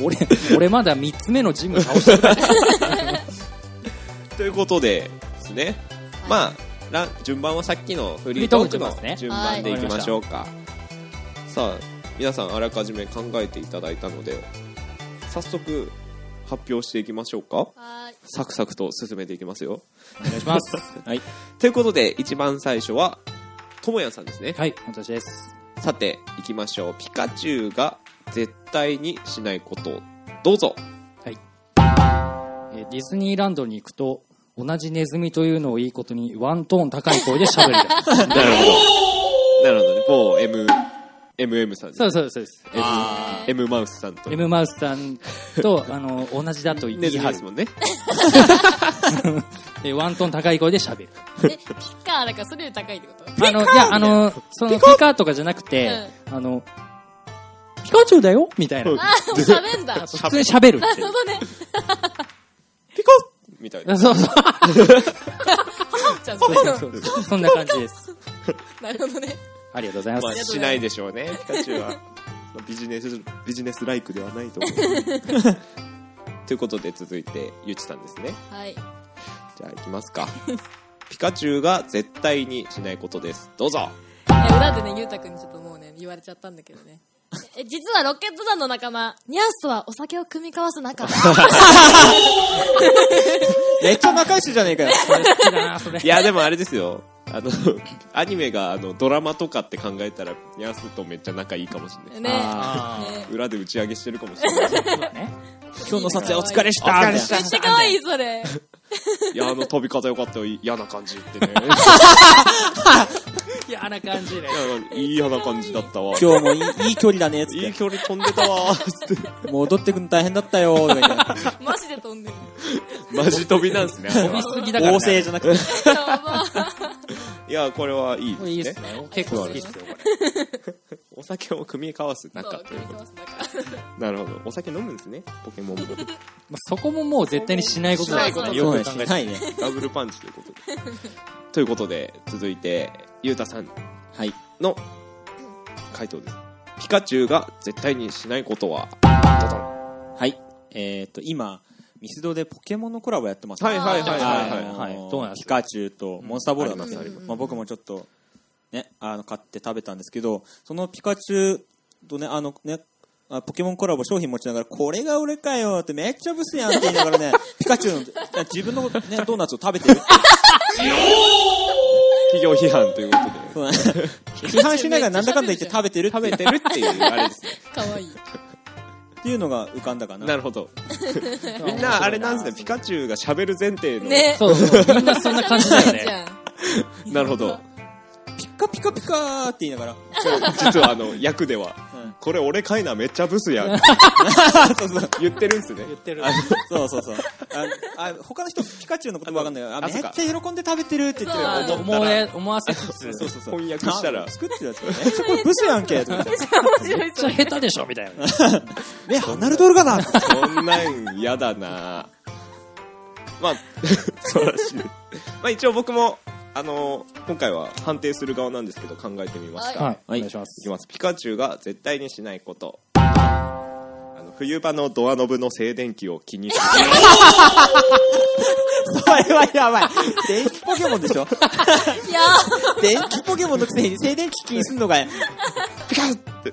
[SPEAKER 3] 俺、 俺まだ3つ目のジム倒してるから。
[SPEAKER 1] ということでですね、まあラン順番はさっきのフリートークの
[SPEAKER 3] フリートークの
[SPEAKER 1] 順番でいきましょうか、さあ皆さんあらかじめ考えていただいたので早速発表していきましょうか
[SPEAKER 2] はーい。
[SPEAKER 1] サクサクと進めていきますよ
[SPEAKER 3] お願いします。
[SPEAKER 4] はい。
[SPEAKER 1] ということで一番最初はともやさんですね
[SPEAKER 3] はい、私です。
[SPEAKER 1] さていきましょうピカチュウが絶対にしないことどうぞ
[SPEAKER 3] えーディズニーランドに行くと、同じネズミというのをいいことにワントーン高い声で喋る。
[SPEAKER 1] なるほど。なるほどね。某 M、MM さんです
[SPEAKER 3] そうそうそうです。
[SPEAKER 1] M, M マウスさんと。
[SPEAKER 3] M マウスさんと、あの、同じだと言
[SPEAKER 1] ネ
[SPEAKER 3] い
[SPEAKER 1] ズミ
[SPEAKER 3] 張
[SPEAKER 1] で
[SPEAKER 3] る
[SPEAKER 1] す。もんね。
[SPEAKER 3] で、ワントーン高い声で喋る。
[SPEAKER 2] え、ピッカーだからそれより高いってこと
[SPEAKER 3] あの、いや、あの、その、ピカーとかじゃなくて、あの、ピカチュウだよみたいな。
[SPEAKER 2] あー、もう喋んだ。なる
[SPEAKER 3] 普通に喋るっていう
[SPEAKER 2] ほどね。
[SPEAKER 1] ピコッ み たいな。
[SPEAKER 3] そうそう
[SPEAKER 2] じゃあ
[SPEAKER 3] そうそうそう。そんな感じです。
[SPEAKER 2] なるほどね。
[SPEAKER 3] ありがとうございま
[SPEAKER 1] まあ、
[SPEAKER 3] す。
[SPEAKER 1] しないでしょうね、ピカチュウは。 まあビジネス、ビジネスライクではないと思う。ということで続いて、ゆちさんですね。
[SPEAKER 2] はい。
[SPEAKER 1] じゃあ行きますか。ピカチュウが絶対にしないことです。どうぞ。
[SPEAKER 2] いや裏でね、ゆうたくんにちょっともうね、言われちゃったんだけどね。え、実はロケット団の仲間、ニャースとはお酒を組み交わす仲。
[SPEAKER 4] めっちゃ仲良しじゃねえかよ。
[SPEAKER 3] それ好きだな、それ
[SPEAKER 1] い。や、でもあれですよ。あの、 アニメがあのドラマとかって考えたら、ニャースとめっちゃ仲いいかもしれない。
[SPEAKER 2] ね。
[SPEAKER 3] あ
[SPEAKER 1] 裏で打ち上げしてるかもしれない。
[SPEAKER 3] ーそうだね。
[SPEAKER 4] 今日の撮影お疲れした。
[SPEAKER 1] お疲れした
[SPEAKER 2] めっちゃ可愛い、 それ。
[SPEAKER 1] いや、あの飛び方よかったよ。嫌な感じってね。
[SPEAKER 3] 嫌な感じで。
[SPEAKER 1] いやいい嫌な感じだったわ。
[SPEAKER 4] 今日もいいいい距離だね、つっ
[SPEAKER 1] いい
[SPEAKER 4] て。
[SPEAKER 1] 距離飛んでたわーつって。
[SPEAKER 4] 戻ってくの大変だったよ、とか言って。
[SPEAKER 2] マジで飛んでる。
[SPEAKER 1] マジ飛びなんすね。あれ
[SPEAKER 3] 飛
[SPEAKER 1] は
[SPEAKER 3] びすぎだから、ね。
[SPEAKER 4] 合成じゃなくて。
[SPEAKER 2] やば。
[SPEAKER 1] いや、これはいい
[SPEAKER 3] これいい
[SPEAKER 1] で
[SPEAKER 3] ですす
[SPEAKER 1] ね。
[SPEAKER 3] ね。結構好きですよ、こ
[SPEAKER 1] お酒を組み交わす仲ということ。なるほど。お酒飲むんですね。ポケモンも。
[SPEAKER 3] れまあそこももう絶対にしないこと
[SPEAKER 2] し
[SPEAKER 3] だ
[SPEAKER 2] ないこと
[SPEAKER 3] よ
[SPEAKER 4] そうね
[SPEAKER 3] く考えて。
[SPEAKER 4] ないね。
[SPEAKER 1] ダブルパンチということで。ということで、続いて、ゆうたさん
[SPEAKER 4] はい。
[SPEAKER 1] の回答です。ピカチュウが絶対にしないことは、
[SPEAKER 4] はい。えっ、と、今、ミスドでポケモンのコラボやってます
[SPEAKER 1] はいはいはいは
[SPEAKER 4] あ
[SPEAKER 1] い
[SPEAKER 4] の
[SPEAKER 1] はい
[SPEAKER 3] はいどうなんです
[SPEAKER 4] ピカチュウとモンスターボールなんです
[SPEAKER 1] うんあり
[SPEAKER 4] よ。まあ僕もちょっと、ね、あの、買って食べたんですけど、そのピカチュウとね、あのね、あポケモンコラボ商品持ちながら、これが俺かよってめっちゃブスやんって言いながらね、 ピカチュウの、自分の、ね、ドーナツを食べてるっていう
[SPEAKER 1] 企業批判ということで。
[SPEAKER 4] そうね批判しながらなんだかんだ言って食べてるって
[SPEAKER 1] 食
[SPEAKER 4] いう
[SPEAKER 1] べてるっていう、あれですね。
[SPEAKER 2] かわいい。
[SPEAKER 4] っていうのが浮かんだかな。
[SPEAKER 1] なるほど。みんな、あれなんですね。ピカチュウが喋る前提の。
[SPEAKER 2] ね。
[SPEAKER 3] そうそう。みんなそんな感じだよね。
[SPEAKER 1] なるほど。
[SPEAKER 4] ピカピカピカーって言いながら。
[SPEAKER 1] 実はあの、役では
[SPEAKER 4] うん、
[SPEAKER 1] これ俺かいな、めっちゃブスやん。
[SPEAKER 4] そうそう。
[SPEAKER 1] 言ってるんす ね。
[SPEAKER 3] ってる。
[SPEAKER 4] そうそうそう。ああ他の人、ピカチュウのことわかんないから、あ
[SPEAKER 1] あ
[SPEAKER 4] めっ
[SPEAKER 1] そう
[SPEAKER 4] ち
[SPEAKER 1] か
[SPEAKER 4] ゃ喜んで食べてるって言って
[SPEAKER 2] そう
[SPEAKER 4] 思
[SPEAKER 3] 思われ思わせつつ、
[SPEAKER 4] そうそうそう。
[SPEAKER 1] 翻訳したら
[SPEAKER 4] あ作ってたやつ ね。これブスやんけ、とか言って。
[SPEAKER 3] めっちゃ下手でしょみたいな。
[SPEAKER 4] ね、ハナルドルかな
[SPEAKER 1] そんなん嫌だな まあ、そうらしいです。まあ一応僕も、あの今回は判定する側なんですけど考えてみました。
[SPEAKER 3] はい。お
[SPEAKER 4] はい
[SPEAKER 3] 願いしま
[SPEAKER 1] い
[SPEAKER 3] す。
[SPEAKER 1] きます。ピカチュウが絶対にしないこと。あの、冬場のドアノブの静電気を気にする。
[SPEAKER 4] それはやばい。電気ポケモンでしょ
[SPEAKER 2] いや
[SPEAKER 4] 電気ポケモンのくせに静電気気にすんのかい。
[SPEAKER 1] ピカッって。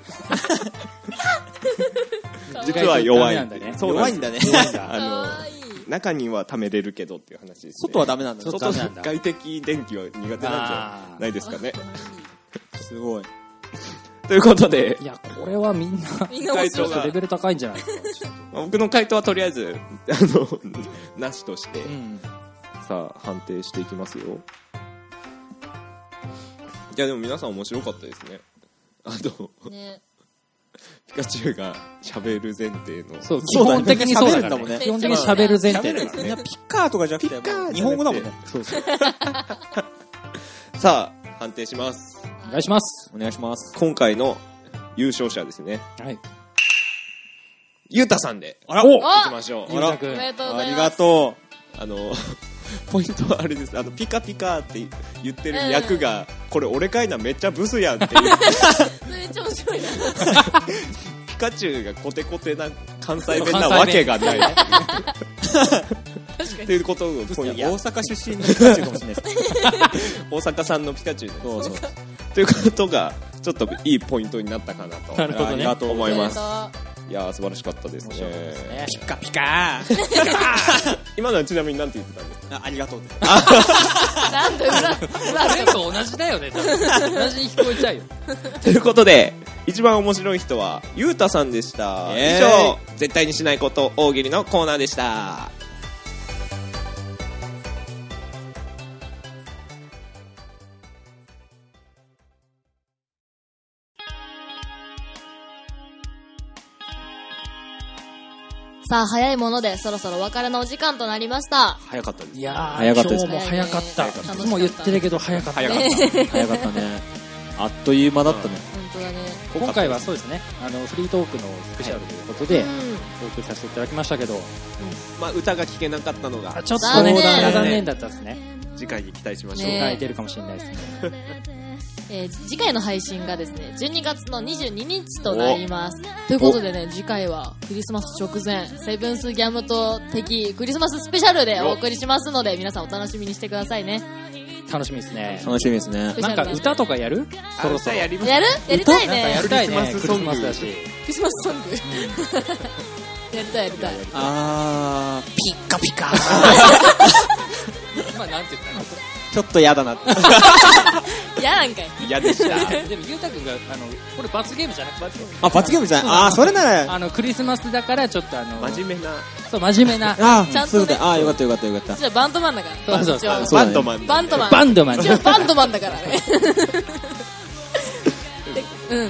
[SPEAKER 1] 実は弱い
[SPEAKER 3] ダメなん
[SPEAKER 1] ん
[SPEAKER 3] だ
[SPEAKER 1] で。
[SPEAKER 3] ね
[SPEAKER 1] そうなん
[SPEAKER 4] 弱
[SPEAKER 1] で
[SPEAKER 4] い
[SPEAKER 1] す
[SPEAKER 4] んだね。
[SPEAKER 2] ー、かわいい。
[SPEAKER 1] 中には溜めれるけどっていう話です、ね、
[SPEAKER 4] 外はダメなんだ。
[SPEAKER 3] そう
[SPEAKER 1] 外
[SPEAKER 3] ダメな
[SPEAKER 1] の
[SPEAKER 3] んだ
[SPEAKER 1] 外的電気は苦手なんじゃないですかね
[SPEAKER 4] すごい。
[SPEAKER 1] ということで
[SPEAKER 3] いや、これはみんな、
[SPEAKER 2] みんな面白い。
[SPEAKER 1] そうだ
[SPEAKER 3] レベル高いんじゃないですか。
[SPEAKER 1] まあ僕の回答はとりあえずあのなしとして、
[SPEAKER 3] うん。
[SPEAKER 1] さあ判定していきますよいやでも皆さん面白かったですねあと
[SPEAKER 2] ね。
[SPEAKER 1] ピカチュウが喋る前提の
[SPEAKER 3] そう、基
[SPEAKER 4] そうだね
[SPEAKER 3] 本的にそ
[SPEAKER 4] 喋
[SPEAKER 3] うだから
[SPEAKER 4] るんだもんね
[SPEAKER 3] 基本的に喋る前提だ
[SPEAKER 1] 喋
[SPEAKER 3] から
[SPEAKER 1] るん
[SPEAKER 4] みん
[SPEAKER 1] だ
[SPEAKER 4] なピッカーとかじゃなく
[SPEAKER 1] ピッカ
[SPEAKER 4] て、
[SPEAKER 1] ーじゃなくて
[SPEAKER 4] 日本語だもんね。
[SPEAKER 3] そうそう。
[SPEAKER 1] さあ判定します
[SPEAKER 3] お願いします。
[SPEAKER 4] お願いします。
[SPEAKER 1] 今回の優勝者ですね
[SPEAKER 3] はい。
[SPEAKER 1] ゆうたさんで
[SPEAKER 4] あら、
[SPEAKER 1] いきましょう
[SPEAKER 3] ゆうたく
[SPEAKER 2] お
[SPEAKER 3] ん。
[SPEAKER 2] めでとうご
[SPEAKER 4] あ
[SPEAKER 2] ざい
[SPEAKER 4] り
[SPEAKER 2] ま
[SPEAKER 4] が
[SPEAKER 2] す。
[SPEAKER 4] と
[SPEAKER 1] あの、 ポイントはあれです。あの、ピカピカって言ってる役が、これ俺かいなめっちゃブスやんって いう、
[SPEAKER 2] それめっちゃ面白いな。
[SPEAKER 1] ピカチュウがコテコテな関西弁なわけ がない。
[SPEAKER 2] 確か
[SPEAKER 1] っていうことを
[SPEAKER 4] う。
[SPEAKER 1] 今
[SPEAKER 4] いや
[SPEAKER 1] 夜、
[SPEAKER 4] 大阪出身のピカチュウかもしれないです。
[SPEAKER 1] 大阪さんのピカチュウです。
[SPEAKER 4] そうそう。
[SPEAKER 1] ということが、ちょっといいポイントになったかなと。
[SPEAKER 3] なるほどね
[SPEAKER 1] ありがとう思い
[SPEAKER 2] に。
[SPEAKER 1] ます。いやー、素晴らしかったですね。
[SPEAKER 4] ピカピカー。
[SPEAKER 1] 今のはちなみに何て言ってたんですか
[SPEAKER 4] あありがとうです。
[SPEAKER 2] なんで裏、裏
[SPEAKER 3] 全部同じだよね、多分同じに聞こえちゃうよ。
[SPEAKER 1] ということで、一番面白い人は、ゆうたさんでした。
[SPEAKER 4] イエーイ
[SPEAKER 1] 以上、絶対にしないこと大喜利のコーナーでした。
[SPEAKER 2] さあ、早いもので、そろそろお別れのお時間となりました。
[SPEAKER 1] 早かったです
[SPEAKER 3] いやー、
[SPEAKER 4] 早かったです
[SPEAKER 3] 今日も早かった。い
[SPEAKER 2] 早かった
[SPEAKER 3] つも言ってるけど早かった。
[SPEAKER 1] 早かった。
[SPEAKER 4] 早かったね。あっという間だったね。
[SPEAKER 2] 本当だね。
[SPEAKER 3] 今回はそうですね、あの、フリートークのスペシャルということで、
[SPEAKER 2] う
[SPEAKER 3] お送りさせていただきましたけど、
[SPEAKER 1] まあ、歌が聴けなかったのが
[SPEAKER 3] ちょっと
[SPEAKER 2] 残
[SPEAKER 3] ね、
[SPEAKER 2] 念
[SPEAKER 3] 残念だったですね。
[SPEAKER 1] 次回に期待しましょう、
[SPEAKER 2] ね
[SPEAKER 3] 答えてるかもしれないですね。
[SPEAKER 2] んえー次回の配信がですね、12月の22日となります。ということでね、次回はクリスマス直前、セブンスギャムと的クリスマススペシャルでお送りしますので、皆さんお楽しみにしてくださいね。
[SPEAKER 3] 楽しみですね。
[SPEAKER 4] 楽しみですね。
[SPEAKER 3] なんか歌とかやるそろそろ。
[SPEAKER 1] やります
[SPEAKER 2] やるやりたい
[SPEAKER 3] なんかや
[SPEAKER 2] ね。
[SPEAKER 3] りたいね。
[SPEAKER 1] クリ
[SPEAKER 3] クリ
[SPEAKER 1] スマスソン
[SPEAKER 3] ス
[SPEAKER 1] グ
[SPEAKER 3] マスだし。
[SPEAKER 2] クリスマスソング。 やりたいやりたい。
[SPEAKER 4] あー、ピッカピカ
[SPEAKER 3] 今なんて言ったの
[SPEAKER 4] ちょっと嫌だなって。
[SPEAKER 2] 嫌なんかい。
[SPEAKER 1] 嫌でした。
[SPEAKER 3] でも、ゆうたくんが、あの、これ罰ゲームじゃなくて、
[SPEAKER 4] あ、罰ゲームじゃない。あー、それなら、あ
[SPEAKER 3] あの、クリスマスだから、ちょっとあの、
[SPEAKER 1] 真面目な。
[SPEAKER 3] そう、真面目 な。
[SPEAKER 4] あー、
[SPEAKER 2] ちゃんとね
[SPEAKER 4] そういうことあー、よかったよかったよかった。
[SPEAKER 2] じゃあバンドマンだから。
[SPEAKER 3] そうそうそう
[SPEAKER 2] 一応
[SPEAKER 4] そう
[SPEAKER 1] バ
[SPEAKER 4] だね
[SPEAKER 1] ンドマンで。
[SPEAKER 2] バンドマン。
[SPEAKER 3] バンドマン。
[SPEAKER 2] 一応バンドマンだからね。 でうん。っ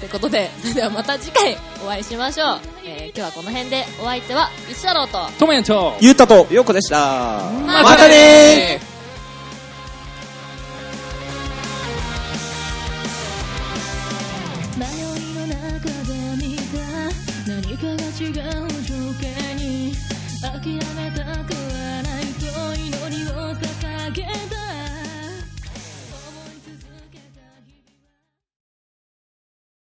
[SPEAKER 2] てことで、それではまた次回お会いしましょう。えー、今日はこの辺でお相手は石太郎と、
[SPEAKER 3] トメンと、
[SPEAKER 4] ゆうたと、
[SPEAKER 1] ようこでした。
[SPEAKER 4] またねー
[SPEAKER 5] 迷いの中で見た何かが違う情景に諦めたくは